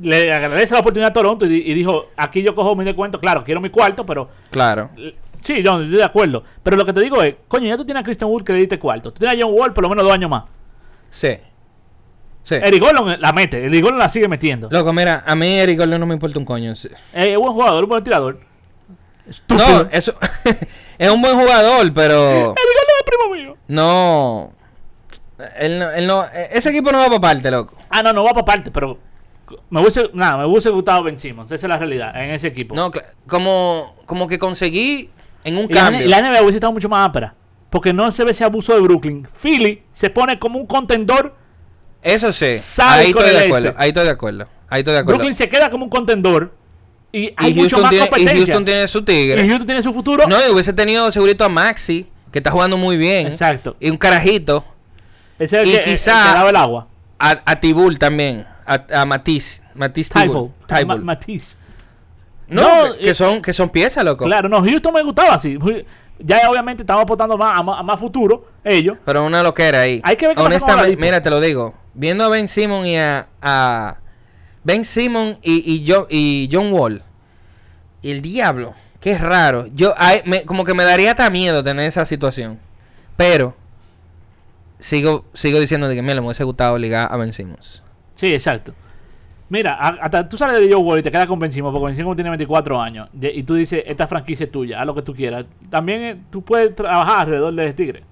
A: le agradece la oportunidad a Toronto y, di- y dijo, aquí yo cojo mi descuento, claro, quiero mi cuarto, pero...
B: Claro.
A: eh, Sí, yo estoy de acuerdo. Pero lo que te digo es, coño, ya tú tienes a Christian Wood que le diste cuarto. Tú tienes a John Wall por lo menos dos años más.
B: Sí. Sí.
A: Eric Gordon la mete, Eric Gordon la sigue metiendo.
B: Loco, mira, a mí Eric Gordon no me importa un coño. Sí.
A: Eh, es buen jugador, es buen tirador. Estúpido.
B: No, eso (laughs) es un buen jugador, pero
A: Eric Gordon es primo mío.
B: no. Él no, él no- e, ese equipo no va para parte, loco.
A: Ah, no, no va para parte, pero me hubiese, nada, me hubiese gustado Ben Simmons. Esa es la realidad en ese equipo.
B: No, cla- como, como que conseguí en un
A: y la,
B: cambio.
A: N- la NBA hubiese estado mucho más ápera. Porque no se ve ese abuso de Brooklyn. Philly se pone como un contendor.
B: Eso sí.
A: Sabe
B: Ahí
A: con
B: estoy
A: el
B: de acuerdo.
A: este.
B: Ahí estoy de acuerdo. Ahí estoy de acuerdo.
A: Brooklyn se queda como un contendor. Y hay
B: y,
A: mucho
B: Houston
A: más
B: tiene, y
A: competencia.
B: Houston tiene su tigre.
A: Y Houston tiene su futuro.
B: No, y hubiese tenido segurito a Maxi, que está jugando muy bien.
A: Exacto.
B: Y un carajito.
A: Ese es el
B: y
A: que, el-
B: quizá-
A: el que daba el agua.
B: A, a Tibul también. A, a Matiz. Matiz Tibul.
A: Tybull. Ah, Ma-
B: Tibul.
A: Matisse.
B: No,
A: No,
B: que,
A: eh,
B: son, que son piezas, loco.
A: Claro, no, Houston me gustaba así. Ju- Ya obviamente estamos apostando más a, más a más futuro ellos.
B: Pero una loquera ahí.
A: Hay que ver qué pasa con
B: Honestamente,
A: Oladipo.
B: mira, te lo digo. Viendo a Ben Simon y a. a ben Simon y, y, Jo- y John Wall. Y el diablo. Qué raro. Yo, ay, me- como que me daría hasta miedo tener esa situación. Pero. Sigo, sigo diciendo de que, mira, me hubiese gustado ligar a Ben Simmons.
A: Sí, exacto. Mira, a- hasta tú sales de Joe Wall y te quedas con Ben Simmons, porque Ben Simmons tiene 24 años, de- y tú dices, esta franquicia es tuya, haz lo que tú quieras. También eh, tú puedes trabajar alrededor de ese Tigre.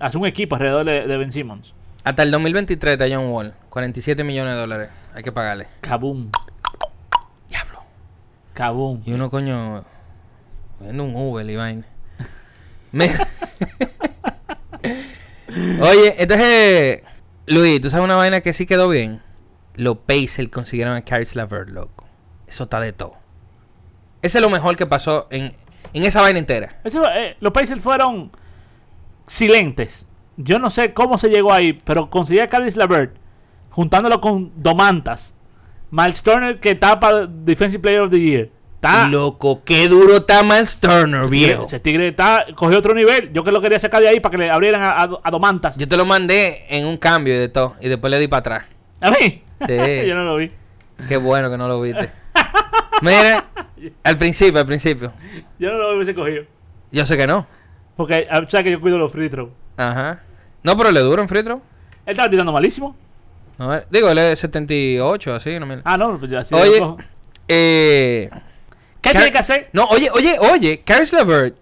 A: Haz un equipo alrededor de, de Ben Simmons.
B: Hasta el 2023 de John Wall. 47 millones de dólares. Hay que pagarle.
A: Kaboom,
B: Diablo.
A: kaboom.
B: Y uno, coño. Vende un Uber
A: (laughs)
B: y vaina. Mira. Oye, entonces. Luis, ¿tú sabes una vaina que sí quedó bien? Los Pacers consiguieron a Caris Lavert, loco. Eso está de todo. Ese es lo mejor que pasó en, en esa vaina entera.
A: Eso, eh, los Pacers fueron silentes. Yo no sé cómo se llegó ahí, pero conseguí a Caris Levert juntándolo con Domantas. Miles Turner que tapa Defensive Player of the Year. Está,
B: Loco, qué duro está Miles Turner, viejo.
A: ese tigre está, cogió otro nivel. Yo que lo quería sacar de ahí para que le abrieran a, a- a Domantas.
B: Yo te lo mandé en un cambio y de todo. Y después le di para atrás.
A: ¿A mí? (laughs)
B: Sí.
A: Yo no lo vi.
B: Qué bueno que no lo
A: (laughs)
B: viste. Mira, al principio, al principio.
A: Yo no lo hubiese cogido.
B: Yo sé que no.
A: Porque ah, sabes que yo cuido los free throw.
B: Ajá. No, pero le dura un free throw.
A: Él estaba tirando malísimo.
B: No, eh, digo, él es 78, así, no mira.
A: Ah, no, pues yo así lo
B: Oye,
A: cojo.
B: eh.
A: ¿Qué
B: Car-
A: tiene que hacer?
B: No, oye, oye, oye, Caris Levert.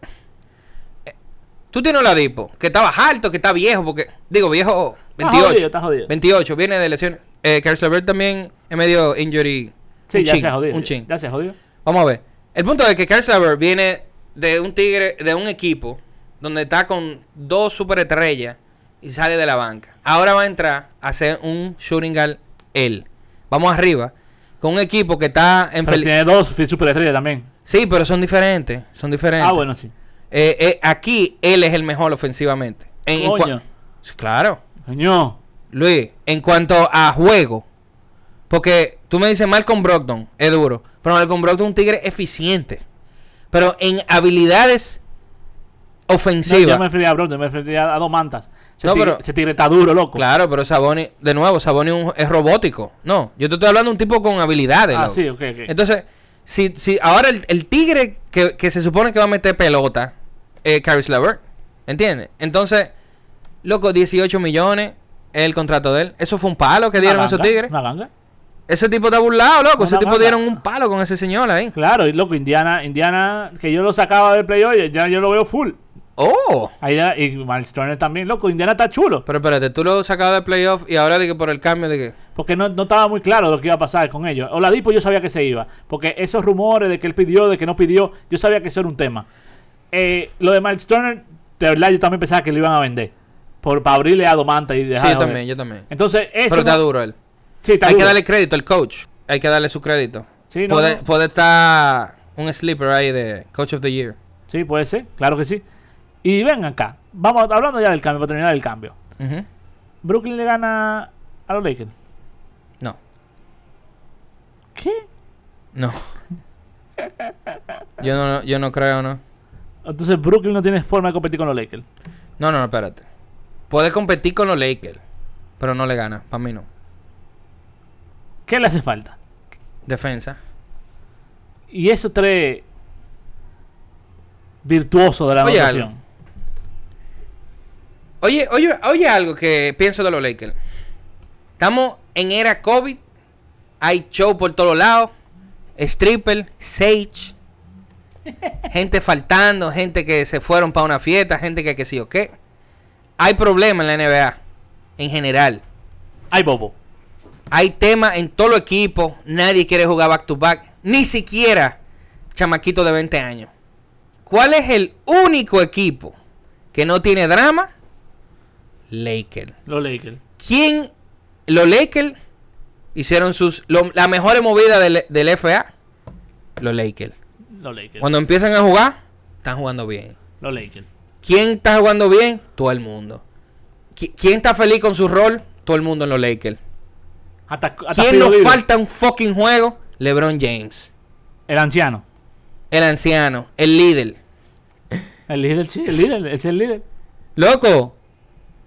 B: eh, Tú tienes la dipo, que estaba alto, que está viejo, porque. Digo, viejo,
A: Está
B: 28.
A: jodido, está jodido.
B: 28, viene de lesión. Eh, Caris Levert también es medio injury.
A: Sí,
B: un
A: ya
B: chin,
A: se ha jodido.
B: Un chin.
A: Ya se ha jodido.
B: Vamos a ver. El punto es que Carl Saber viene de un tigre, de un equipo donde está con dos superestrellas y sale de la banca. Ahora va a entrar a hacer un shooting guard él. Vamos arriba con un equipo que está en
A: Pero
B: fel-
A: tiene dos superestrellas también.
B: Sí, pero son diferentes, son diferentes.
A: Ah, bueno, sí.
B: Eh, eh, aquí él es el mejor ofensivamente. En- en cua-
A: Coño.
B: Sí, claro.
A: Coño.
B: Luis, en cuanto a juego, porque tú me dices Malcolm Brogdon es duro, pero Malcolm Brogdon es un tigre eficiente. Pero en habilidades
A: No,
B: ofensivas.
A: yo me enfrenté a Brogdon, me enfrenté a, a dos mantas. Ese,
B: No,
A: tigre,
B: pero-
A: ese tigre está duro, loco.
B: Claro, pero Saboni, de nuevo, Saboni un- es robótico. No, yo te estoy hablando de un tipo con habilidades.
A: ah,
B: loco.
A: sí, ok, ok.
B: Entonces, si, si ahora el, el tigre que, que se supone que va a meter pelota, eh, Caris Levert, ¿entiendes? Entonces, loco, 18 millones es el contrato de él. Eso fue un palo que dieron
A: Una
B: esos
A: ganga,
B: tigres.
A: Una ganga.
B: Ese tipo está burlado, loco.
A: Una
B: Ese tipo
A: banda.
B: dieron un palo con ese señor ahí.
A: Claro, y loco, Indiana, Indiana, que yo lo sacaba del playoff, ya yo lo veo full.
B: ¡Oh!
A: Ahí ya- y Miles Turner también, loco, Indiana está chulo.
B: Pero espérate, tú lo sacabas del playoff y ahora de que por el cambio de que.
A: Porque no, no estaba muy claro lo que iba a pasar con ellos. Oladipo yo sabía que se iba. Porque esos rumores de que él pidió, de que no pidió, yo sabía que eso era un tema. Eh, lo de Miles Turner, de verdad yo también pensaba que lo iban a vender. Por, para abrirle a Domanta y dejar
B: sí,
A: de
B: yo
A: joder.
B: también, yo también.
A: Entonces, eso...
B: Pero está
A: no-
B: duro él.
A: Sí, está
B: Hay que
A: duro.
B: darle crédito al coach. Hay que darle su crédito.
A: Sí, no,
B: puede,
A: no.
B: puede estar un sleeper ahí de Coach of the Year.
A: Sí, puede ser, claro que sí. Y ven acá. Vamos hablando ya del cambio, para terminar el cambio.
B: Ujú.
A: Brooklyn le gana a los Lakers.
B: No,
A: ¿Qué?
B: no. yo, no, yo no creo, no.
A: Entonces Brooklyn no tiene forma de competir con los Lakers.
B: No, no, no, espérate. Puede competir con los Lakers, pero no le gana. Para mí no.
A: ¿Qué le hace falta?
B: Defensa.
A: Y esos tres virtuosos de la
B: Oye,
A: anotación.
B: Oye, oye, oye algo que pienso de los Lakers. Estamos en era COVID. Hay show por todos lados. Stripper, Sage. Gente faltando, gente que se fueron para una fiesta, gente que, que sí o qué. Hay problemas en la NBA. En general.
A: Ay, bobo.
B: Hay temas en todo el equipo. Nadie quiere jugar back to back. Ni siquiera chamaquito de 20 años. ¿Cuál es el único equipo que no tiene drama? Lakers.
A: Los Lakers.
B: ¿Quién? Los Lakers hicieron sus lo- las mejores movidas del, del FA. Los Lakers.
A: Los Lakers.
B: Cuando empiezan a jugar, están jugando bien.
A: Los Lakers.
B: ¿Quién está jugando bien? Todo el mundo. ¿Qui- ¿Quién está feliz con su rol? Todo el mundo en los Lakers.
A: Hasta, hasta
B: ¿Quién
A: Piro
B: nos
A: Libre,
B: falta un fucking juego? LeBron James.
A: El anciano.
B: El anciano, el líder.
A: El líder, sí, el líder. Es el líder.
B: Loco,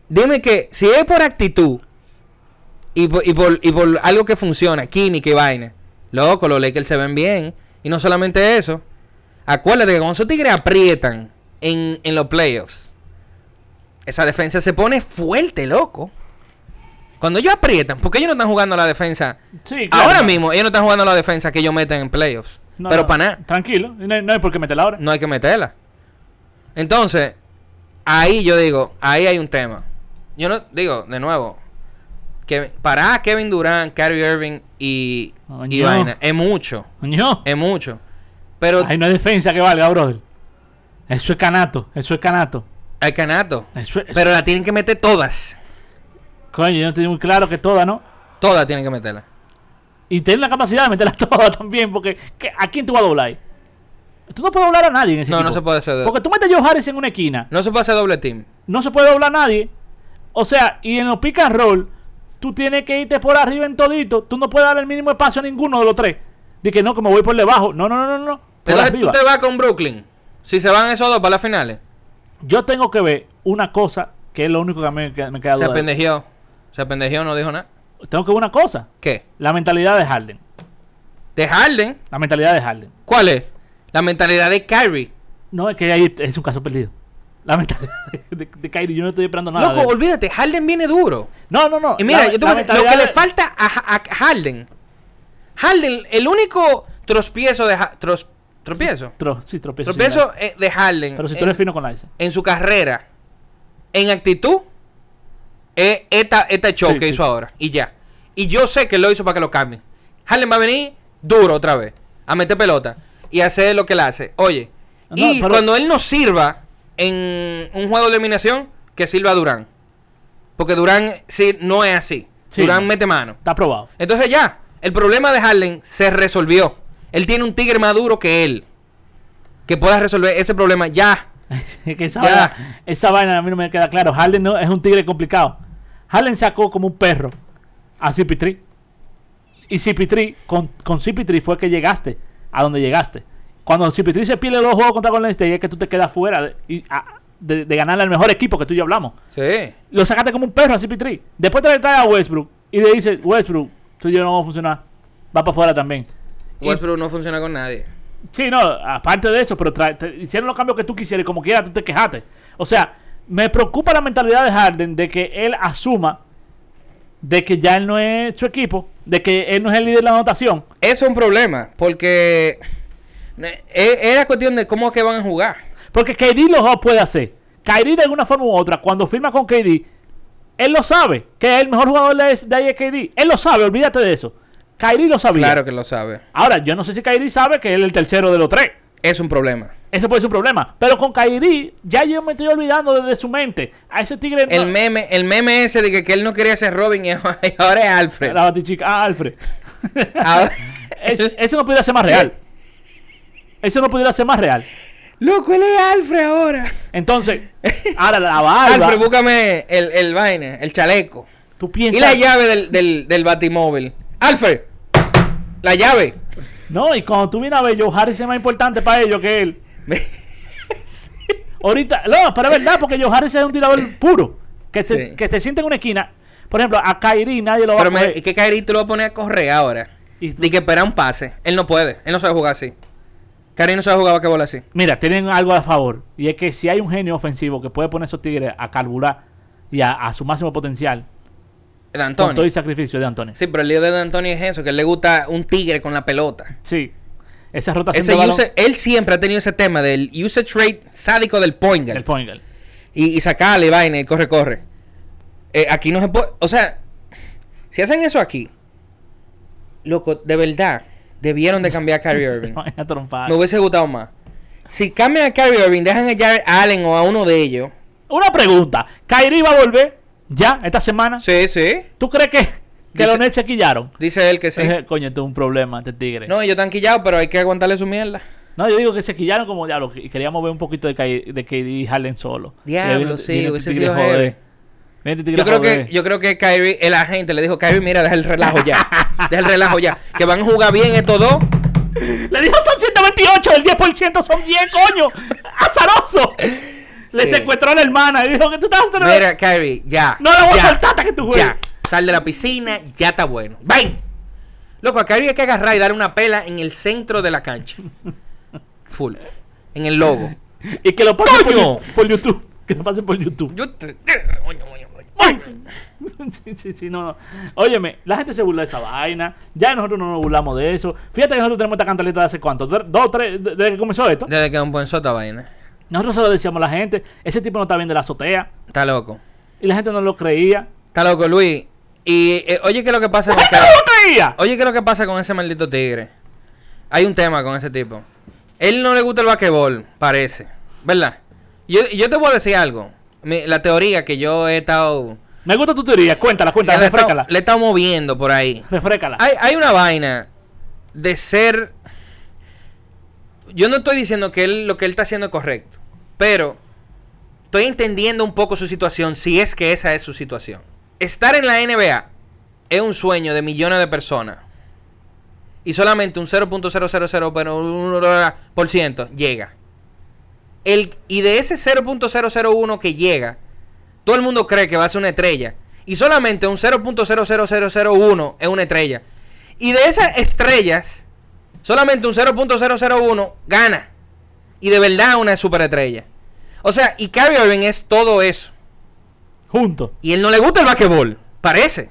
B: dime que si es por actitud y por, y por- y por algo que funciona, química y vaina, loco, los Lakers se ven bien. Y no solamente eso, acuérdate que cuando esos tigres aprietan en, en los playoffs, esa defensa se pone fuerte, loco. Cuando ellos aprietan, porque ellos no están jugando a la defensa.
A: Sí, claro.
B: Ahora mismo, ellos no están jugando a la defensa que ellos meten en playoffs.
A: No,
B: pero
A: no,
B: para nada,
A: Tranquilo, no, hay- no hay por qué meterla ahora.
B: no hay que meterla. Entonces, ahí yo digo, ahí hay un tema. Yo no digo, de nuevo, que para a Kevin Durant, Kyrie Irving y, y
A: Coño.
B: vaina, es mucho,
A: Coño,
B: es mucho. Pero
A: ahí no hay defensa que valga, brother. Eso es canato, eso es canato.
B: hay canato.
A: Eso es.
B: Pero la tienen que meter todas.
A: Coño, yo no tenía muy claro que todas, ¿no?
B: Todas tienen que meterla.
A: Y tener la capacidad de (laughs) meterlas todas también, porque ¿qué- ¿a quién tú vas a doblar? ahí? Tú no puedes doblar a nadie en ese
B: No,
A: equipo.
B: no se puede hacer.
A: Porque tú metes a Joe Harris en una esquina,
B: No se puede hacer doble team.
A: no se puede doblar a nadie. O sea, y en los pick and roll, tú tienes que irte por arriba en todito. Tú no puedes dar el mínimo espacio a ninguno de los tres. De que no, que me voy por debajo. No, no, no, no, no. Por
B: Entonces tú
A: arriba.
B: te vas con Brooklyn. Si se van esos dos para las finales.
A: Yo tengo que ver una cosa, que es lo único que a mí me queda- me queda
B: Se
A: duda.
B: pendejió. Se pendejió, no dijo nada.
A: Tengo que ver una cosa.
B: ¿Qué?
A: La mentalidad de Harden.
B: ¿De Harden?
A: La mentalidad de Harden.
B: ¿Cuál es? La mentalidad de Kyrie.
A: No, es que ahí es un caso perdido. La mentalidad de, de Kyrie, yo no estoy esperando nada. de
B: Loco,
A: él.
B: olvídate, Harden viene duro.
A: No, no, no.
B: Y mira,
A: La-
B: yo te voy a
A: la
B: decir, lo que
A: mentalidad
B: le
A: de-
B: falta a, a Harden. Harden, el único tropiezo de Ha- tros- tropiezo.
A: Tro- sí, tropiezo.
B: Tropiezo
A: sí,
B: eh, de Harden.
A: Pero si tú
B: en-
A: eres fino con la S.
B: en su carrera, en actitud, es esta, este show
A: Sí,
B: que
A: sí.
B: hizo ahora. Y ya. Y yo sé que lo hizo para que lo cambien. Harlem va a venir duro otra vez. A meter pelota. Y hacer lo que él hace. Oye.
A: No,
B: y
A: pero-
B: cuando él no sirva en un juego de eliminación, que sirva a Durán. Porque Durán sí, no es así.
A: Sí.
B: Durán mete mano.
A: Está aprobado.
B: Entonces ya, el problema de Harlem se resolvió. Él tiene un tigre más duro que él. Que pueda resolver ese problema ya.
A: (laughs) Es que esa,
B: Ya.
A: vaina, esa vaina a mí no me queda claro. Harden no, es un tigre complicado. Harden sacó como un perro a CP3. Y CP3, con, con CP3 fue que llegaste a donde llegaste. Cuando CP3 se pierde los juegos contra Golden State, es que tú te quedas fuera de, y a- de- de ganarle al mejor equipo que tú y yo hablamos.
B: Sí.
A: Lo sacaste como un perro a CP3. Después te le traes a Westbrook y le dices, Westbrook, tú y yo no vamos a funcionar. Va para afuera también. Y-
B: Westbrook no funciona con nadie.
A: Sí, no, aparte de eso, pero tra- te- hicieron los cambios que tú quisieras y como quiera tú te quejaste. O sea, me preocupa la mentalidad de Harden de que él asuma de que ya él no es su equipo, de que él no es el líder de la anotación.
B: Eso es un problema, porque eh, era cuestión de cómo es que van a jugar.
A: Porque KD lo jo- puede hacer. KD de alguna forma u otra, cuando firma con KD, él lo sabe, que el mejor jugador de, de ahí es KD. Él lo sabe, olvídate de eso. KD lo sabía.
B: Claro que lo sabe.
A: Ahora, yo no sé si KD sabe que él es el tercero de los tres.
B: Es un problema.
A: Eso puede ser un problema. Pero con Kairi, ya yo me estoy olvidando desde su mente. A ese tigre no-
B: El meme, el meme ese de que, que él no quería ser Robin y (laughs) ahora y ahora es Alfred.
A: La batichica. Ah, Alfred. (laughs)
B: Ahora-
A: Es- eso no pudiera ser más real. Eso no pudiera ser más real.
B: Loco, él es Alfred ahora.
A: Entonces, ahora la barba.
B: Alfred, búscame el, el vaina, el chaleco.
A: tú piensas.
B: Y la llave del, del, del batimóvil. Alfred, la llave. (laughs)
A: No, y cuando tú vienes a ver, Joe Harris es más importante para ellos que él. Ahorita, no, pero es verdad, porque Joe Harris es un tirador puro. Que, se,
B: Sí.
A: que te sienta en una esquina. Por ejemplo, a Kairi nadie lo va
B: Pero
A: a
B: me,
A: poner.
B: es que Kyrie tú lo vas a poner a correr ahora.
A: Y-
B: Y que espera un pase. Él no puede. Él no sabe jugar así. Kyrie no sabe jugar basquetbol así.
A: Mira, tienen algo a favor. Y es que si hay un genio ofensivo que puede poner esos tigres a carburar y a, a su máximo potencial,
B: El
A: con todo
B: Antonio.
A: y sacrificio de Antonio. Sí.
B: Sí, pero el líder de Antonio es eso, que a él le gusta un tigre con la pelota.
A: Esa rotación
B: Ese
A: de balón
B: user- él siempre ha tenido ese tema del usage rate sádico del point guard.
A: del point guard.
B: Y, y sacarle vaina y corre, corre. Eh, aquí no se puede. O sea, si hacen eso aquí, loco, de verdad, debieron de cambiar a
A: (laughs)
B: Kyrie Irving.
A: Van a trompar.
B: Me hubiese gustado más. Si cambian a Kyrie Irving, dejan a Jared Allen o a uno de ellos.
A: Una pregunta. ¿Kairi va a volver ya esta semana?
B: Sí, sí.
A: ¿Tú crees que, que
B: Dice-
A: los Nets se quillaron?
B: Dice él que sí.
A: Dije, Coño, esto es un problema, este tigre. No.
B: No, ellos están quillados, pero hay que aguantarle su mierda.
A: yo digo que se quillaron como diablo. Y queríamos ver un poquito de, Kyrie- de KD y Harden solo.
B: Diablo,
A: Y viene-
B: sí,
A: viene este
B: hubiese
A: tigre
B: sido
A: joder.
B: heavy.
A: Viene este tigre
B: Yo creo que,
A: joder.
B: yo creo que Kyrie, el agente le dijo, Kyrie, mira, deja el relajo ya. Deja el relajo ya. Que van a jugar bien estos dos.
A: Le dijo son 128, el 10% son 10, coño. Azaroso. Le
B: Sí.
A: secuestró a la hermana y dijo que tú estás.
B: Mira, Kyrie, ya.
A: no la voy
B: ya,
A: a saltar hasta que tú juegues.
B: Ya. Sal de la piscina, ya está bueno. ¡Bang! Loco, a Kyrie hay que agarrar y darle una pela en el centro de la cancha. Full. En el logo.
A: Y que lo pasen por,
B: ¡Coño!
A: Yu- por YouTube. Que lo pasen por YouTube.
B: Yo te...
A: (laughs) sí, sí, sí, no, no. Óyeme, la gente se burla de esa vaina. Ya nosotros no nos burlamos de eso. Fíjate que nosotros tenemos esta cantaleta de hace cuánto, de- dos, tres, de- desde que comenzó esto.
B: Desde que comenzó esta vaina.
A: Nosotros se lo decíamos a la gente, ese tipo no está bien de la azotea.
B: Está loco.
A: Y la gente no lo creía.
B: Está loco, Luis. Y eh, oye, ¿qué es lo
A: (laughs)
B: que pasa con
A: ¡No
B: Ca-
A: lo creía!
B: Oye, ¿qué es lo que pasa con ese maldito tigre? Hay un tema con ese tipo. Él no le gusta el basquetbol, parece. ¿Verdad? Yo, yo te voy a decir algo. Mi- la teoría que yo he estado.
A: Me gusta tu teoría, cuéntala,
B: Le
A: cuéntala,
B: he estado,
A: refrécala.
B: le he estado moviendo por ahí.
A: Refrécala.
B: Hay, hay una vaina de ser. Yo no estoy diciendo que él, lo que él está haciendo es correcto, pero estoy entendiendo un poco su situación, si es que esa es su situación. Estar en la NBA es un sueño de millones de personas. Y solamente un 0.000% llega. El, y de ese 0.001 que llega, todo el mundo cree que va a ser una estrella. Y solamente un 0.00001 es una estrella. Y de esas estrellas, solamente un 0.001 gana. Y de verdad una superestrella. O sea, y Kyrie Irving es todo eso.
A: Junto.
B: Y él no le gusta el basquetbol, parece.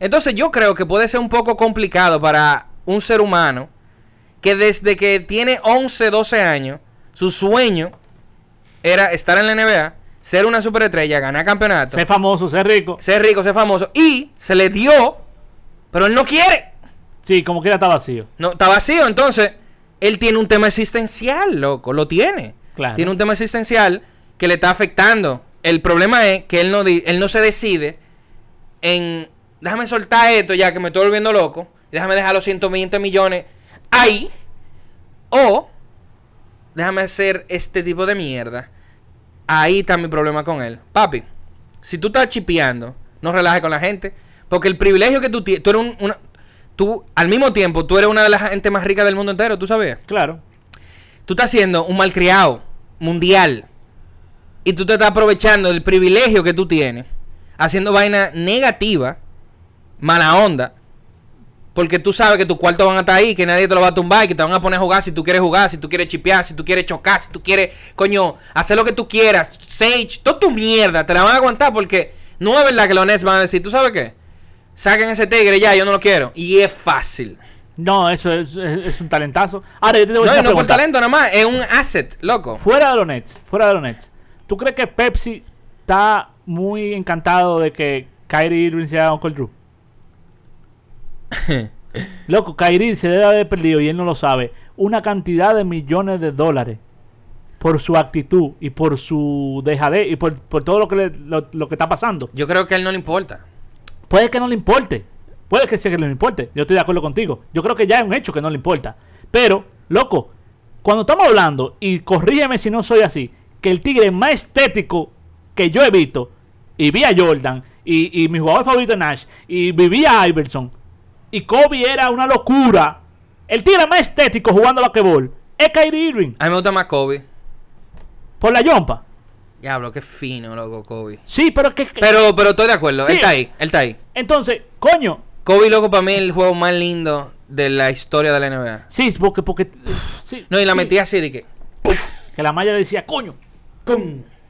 B: Entonces yo creo que puede ser un poco complicado para un ser humano que desde que tiene 11, 12 años, su sueño era estar en la NBA, ser una superestrella, ganar campeonato
A: Sé famoso, sé rico.
B: ser rico, ser famoso. Y se le dio, pero él no quiere.
A: Sí, como quiera está vacío.
B: No, está vacío. Entonces, él tiene un tema existencial, loco. Lo tiene.
A: Claro.
B: Tiene un tema existencial que le está afectando. El problema es que él no, di- él no se decide en. Déjame soltar esto ya que me estoy volviendo loco. Déjame dejar los 120 millones ahí. O. Déjame hacer este tipo de mierda. Ahí está mi problema con él. Papi, si tú estás chipeando, no relajes con la gente. Porque el privilegio que tú tienes. Tú eres un- una. Tú, al mismo tiempo, tú eres una de las gente más ricas del mundo entero, ¿tú sabías?
A: Claro.
B: Tú estás siendo un malcriado mundial. Y tú te estás aprovechando del privilegio que tú tienes. Haciendo vaina negativa. Mala onda. Porque tú sabes que tus cuartos van a estar ahí, que nadie te lo va a tumbar y que te van a poner a jugar si tú quieres jugar, si tú quieres chipear, si tú quieres chocar, si tú quieres, coño, hacer lo que tú quieras. Sage, toda tu mierda, te la van a aguantar porque no es verdad que los Nets van a decir, ¿tú sabes qué? Saquen ese tigre ya, yo no lo quiero. Y es fácil.
A: No, eso es, es- es un talentazo. Ahora yo te voy a
B: No,
A: decir
B: y
A: una
B: no por
A: pregunta.
B: talento nada más, es un asset, loco.
A: Fuera de los Nets, fuera de los Nets. ¿Tú crees que Pepsi está muy encantado de que Kyrie Irving sea Uncle
B: (laughs)
A: Drew? Loco, Kyrie se debe haber perdido, y él no lo sabe, una cantidad de millones de dólares por su actitud y por su dejadez y por, por todo lo que, le- lo, lo que está pasando.
B: Yo creo que a él no le importa.
A: Puede que no le importe. Puede que sea que no le importe. Yo estoy de acuerdo contigo. Yo creo que ya es un hecho que no le importa. Pero, loco, cuando estamos hablando, y corrígeme si no soy así, que el tigre más estético que yo he visto, y vi a Jordan, y, y mi jugador favorito Nash, y vivía a Iverson, y Kobe era una locura. El tigre más estético jugando basquetbol es Kyrie Irving,
B: A mí me gusta más Kobe.
A: por la yompa.
B: Diablo, qué fino, loco, Kobe.
A: Sí, pero es que...
B: Pero, pero estoy de acuerdo,
A: Sí.
B: él está ahí, él está ahí.
A: Entonces, coño,
B: Kobe, loco, para mí es el juego más lindo de la historia de la NBA.
A: sí, porque... porque sí,
B: No, y la
A: sí.
B: metí así de que.
A: Que la malla decía, coño.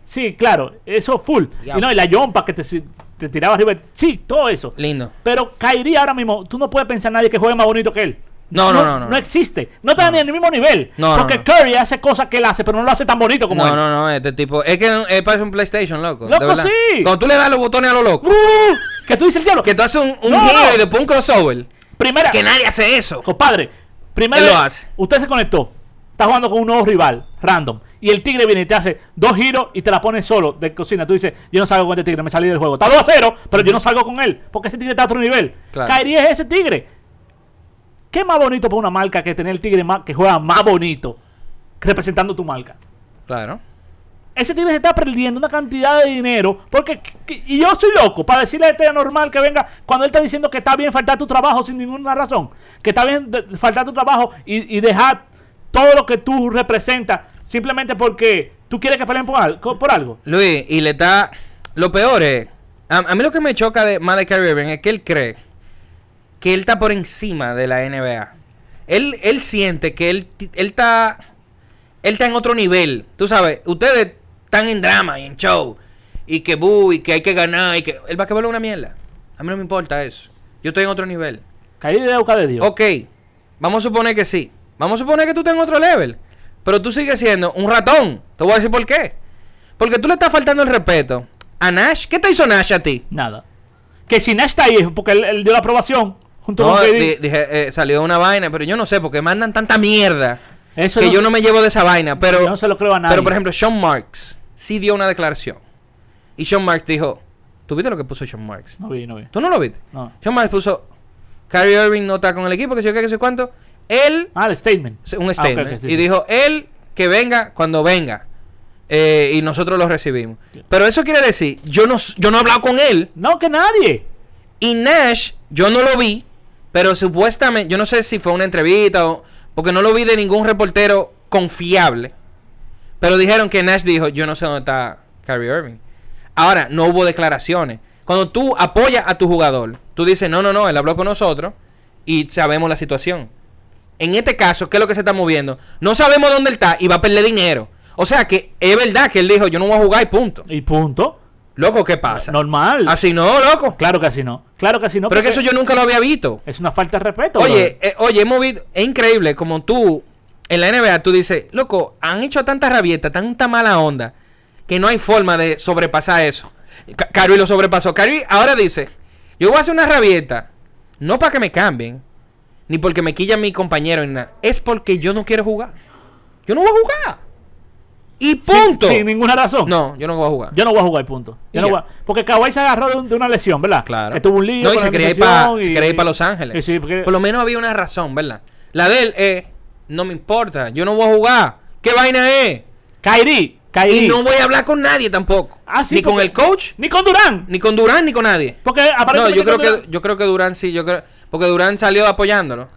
A: Sí, claro, eso full.
B: Diablo.
A: Y no, y la yompa que te, si- te tiraba arriba. Sí, todo eso.
B: Lindo.
A: Pero Kairi ahora mismo, tú no puedes pensar a nadie que juegue más bonito que él.
B: No, no, no, no.
A: No existe. No está ni en el mismo nivel.
B: No, no,
A: porque
B: no.
A: Curry hace cosas que él hace, pero no lo hace tan bonito como
B: No,
A: él.
B: no, no, este tipo. Es que es parece un PlayStation, loco. de
A: Loco,
B: verdad.
A: sí.
B: Cuando tú le das los botones a lo loco,
A: Uh, que tú dices el diablo.
B: que tú haces un, un
A: No,
B: giro
A: no.
B: y después un crossover,
A: primera,
B: que nadie hace eso.
A: compadre, primera
B: Él lo
A: vez,
B: hace.
A: usted se conectó. Está jugando con un nuevo rival, random. Y el tigre viene y te hace dos giros y te la pone solo de cocina. Tú dices, yo no salgo con este tigre, me salí del juego. Está 2 a 0, pero yo no salgo con él. Porque ese tigre está a otro nivel.
B: Claro.
A: Kyrie es ese tigre. ¿Qué más bonito para una marca que tener el tigre más, que juega más bonito representando tu marca?
B: Claro.
A: Ese tigre se está perdiendo una cantidad de dinero. Porque, y yo soy loco para decirle a este normal que venga cuando él está diciendo que está bien faltar tu trabajo sin ninguna razón. Que está bien de- faltar tu trabajo y, y dejar todo lo que tú representas simplemente porque tú quieres que peleen por, al- co- por algo.
B: Luis, y le está. Lo peor es. A, a mí lo que me choca de más de Kyrie Irving es que él cree que él está por encima de la NBA. Él, él siente que él, ti- él está. Él está en otro nivel. Tú sabes, ustedes están en drama y en show. Y que bu, y que hay que ganar. Y que. El basquetbol es una mierda. A mí no me importa eso. Yo estoy en otro nivel.
A: Kyrie de boca de Dios.
B: Ok, vamos a suponer que sí. Vamos a suponer que tú estás en otro level. Pero tú sigues siendo un ratón. Te voy a decir por qué. Porque tú le estás faltando el respeto a Nash. ¿Qué te hizo Nash a ti?
A: Nada. Que si Nash está ahí es porque él, él dio la aprobación junto
B: No,
A: con KD.
B: di- dije, eh, salió una vaina, pero yo no sé, porque mandan tanta mierda
A: Eso
B: que yo no me llevo de esa vaina. Pero,
A: yo no se lo creo a nadie.
B: pero por ejemplo, Sean Marks sí dio una declaración. Y Sean Marks dijo: ¿Tú viste lo que puso Sean Marks?
A: No vi, no vi.
B: ¿Tú no lo viste?
A: No.
B: Sean Marks puso: Kyrie Irving no está con el equipo, que sé yo qué, que sé cuánto. Él
A: Ah, el statement.
B: Sí, un
A: Ah,
B: statement.
A: ok, ok, sí,
B: y
A: sí.
B: dijo, él que venga cuando venga. Eh, y nosotros lo recibimos. Pero eso quiere decir, yo no, s- yo no he hablado con él.
A: No, que nadie.
B: Y Nash, yo no lo vi. Pero supuestamente, yo no sé si fue una entrevista o... Porque no lo vi de ningún reportero confiable. Pero dijeron que Nash dijo, yo no sé dónde está Kyrie Irving. Ahora, no hubo declaraciones. Cuando tú apoyas a tu jugador, tú dices, no, no, no, él habló con nosotros y sabemos la situación. En este caso, ¿qué es lo que se está moviendo? No sabemos dónde él está y va a perder dinero. O sea que es verdad que él dijo, yo no voy a jugar y punto.
A: Y punto.
B: Loco, ¿qué pasa?
A: Normal.
B: Así no, loco.
A: Claro que así no. Claro que así no.
B: Pero es que
A: porque
B: eso yo nunca lo había visto.
A: Es una falta de respeto. brother.
B: Oye, eh, oye, hemos visto, es increíble como tú, en la NBA, tú dices, loco, han hecho tanta rabieta, tanta mala onda, que no hay forma de sobrepasar eso. Ca- Kyrie lo sobrepasó. Kyrie ahora dice, yo voy a hacer una rabieta, no para que me cambien, ni porque me quilla mi compañero, ni nada, es porque yo no quiero jugar. Yo no voy a jugar. Y
A: Sin-
B: punto.
A: Sin, ninguna razón.
B: No, yo no voy a jugar.
A: Yo no voy a jugar, punto. Yo
B: Y
A: no
B: ya.
A: voy a- Porque Kawhi se agarró de, un- de una lesión, ¿verdad?
B: Claro.
A: Que tuvo un lío.
B: No, y
A: con
B: se
A: la
B: quería ir para
A: alimentación y-
B: Los Ángeles.
A: Sí, sí, porque-
B: Por lo menos había una razón, ¿verdad? La de él es, no me importa, yo no voy a jugar. ¿Qué vaina es?
A: Kyrie, Kyrie.
B: Y no voy a hablar con nadie tampoco.
A: Ah, sí,
B: ni con
A: porque-
B: el coach,
A: Ni con Durán.
B: ni con Durán, ni con nadie.
A: Porque
B: No,
A: aparentemente
B: yo creo
A: con
B: que
A: Durán-
B: yo creo que Durán sí, yo creo porque Durán salió apoyándolo.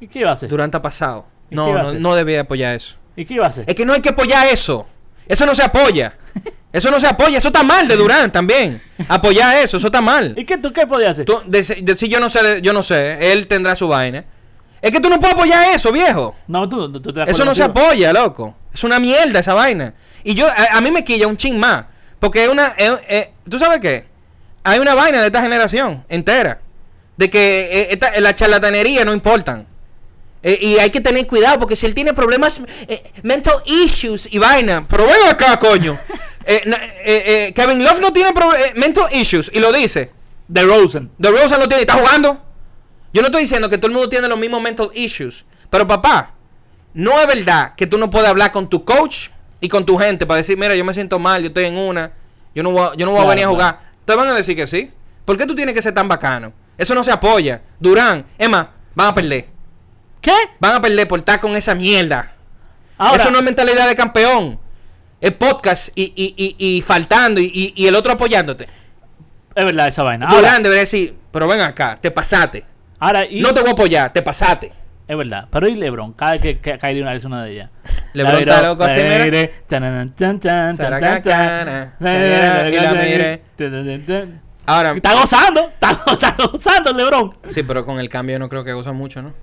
A: ¿Y qué iba a hacer?
B: Durán está pasado.
A: ¿Y qué
B: No,
A: va a
B: no,
A: hacer?
B: no debía apoyar eso.
A: ¿Y qué iba a hacer?
B: Es que no hay que apoyar eso. Eso no se
A: (laughs)
B: apoya. Eso no se apoya. Eso está mal de Durán también. Apoyar eso, eso está mal.
A: ¿Y qué tú qué podías hacer?
B: Tú, deci- decir yo no sé, yo no sé, él tendrá su vaina. Es que tú no puedes apoyar eso, viejo.
A: No, tú, tú- tú te
B: Eso no se apoya, loco. Es una mierda esa vaina. Y yo, a, a mí me quilla un chin más. Porque es una. es- es- ¿Tú sabes qué? Hay una vaina de esta generación entera. De que eh, esta- la charlatanería no importan. Eh, y hay que tener cuidado porque si él tiene problemas, eh, mental issues y vaina. Pero ven acá, coño. Eh, na- eh, eh, Kevin Love no tiene pro- eh, mental issues y lo dice.
A: De Rosen.
B: The Rosen lo tiene, está jugando. Yo no estoy diciendo que todo el mundo tiene los mismos mental issues. Pero papá, no es verdad que tú no puedes hablar con tu coach y con tu gente para decir, mira, yo me siento mal, yo estoy en una, yo no voy a, yo no voy a
A: Claro,
B: venir a
A: claro.
B: jugar. Te van a decir que sí. ¿Por qué tú tienes que ser tan bacano? Eso no se apoya. Durán, Emma, van a perder.
A: ¿Qué?
B: Van a perder por estar con esa mierda.
A: Ahora,
B: Eso no es mentalidad de campeón. Es podcast y, y- y- y faltando y- y- y el otro apoyándote.
A: es verdad esa vaina. Ahora,
B: Durán debería decir, pero ven acá, te pasaste.
A: ahora y,
B: No te voy a apoyar, te pasaste.
A: es verdad. Pero y LeBron, cada vez que, que cae de una es una de ellas.
B: (laughs) LeBron está loco así, mira. Saracacana, saracacana, y la mire.
A: Está
B: Ahora,
A: gozando, está, go- está gozando LeBron.
B: sí, pero con el cambio yo no creo que goza mucho, ¿no?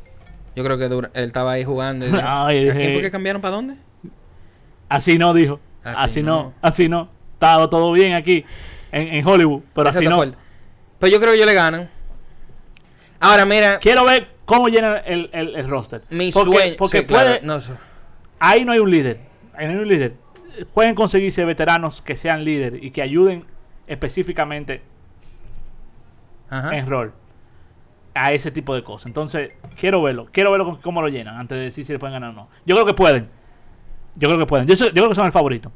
B: Yo creo que Durán- él estaba ahí (laughs) jugando. Y dijo,
A: Ay,
B: ¿A quién
A: eh.
B: fue que cambiaron para dónde?
A: Así no dijo.
B: Así
A: Así, no.
B: no.
A: así no. Está todo bien aquí en, en Hollywood, pero
B: Ese
A: así
B: está
A: no.
B: fuerte. Pero yo creo que ellos le ganan. Ahora, mira,
A: Quiero ver cómo llena el, el- el roster.
B: mi
A: porque,
B: sueño.
A: Porque
B: sí, claro,
A: puede,
B: no, eso-
A: ahí no hay un líder. Ahí no hay un líder. Pueden conseguirse veteranos que sean líder y que ayuden específicamente
B: ajá.
A: en rol a ese tipo de cosas. Entonces, quiero verlo. Quiero verlo con cómo lo llenan antes de decir si le pueden ganar o no. Yo creo que pueden. Yo creo que pueden. Yo, soy- yo creo que son el favorito.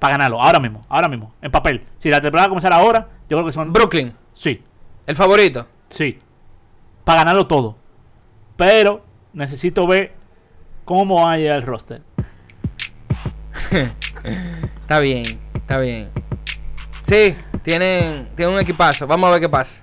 A: Para ganarlo, ahora mismo, ahora mismo, en papel. Si la temporada comenzara ahora, yo creo que son.
B: Brooklyn,
A: Sí,
B: el favorito.
A: sí. Para ganarlo todo. Pero necesito ver cómo va a llegar el roster.
B: Está bien, está bien. Sí, tienen, tienen un equipazo. Vamos a ver qué pasa.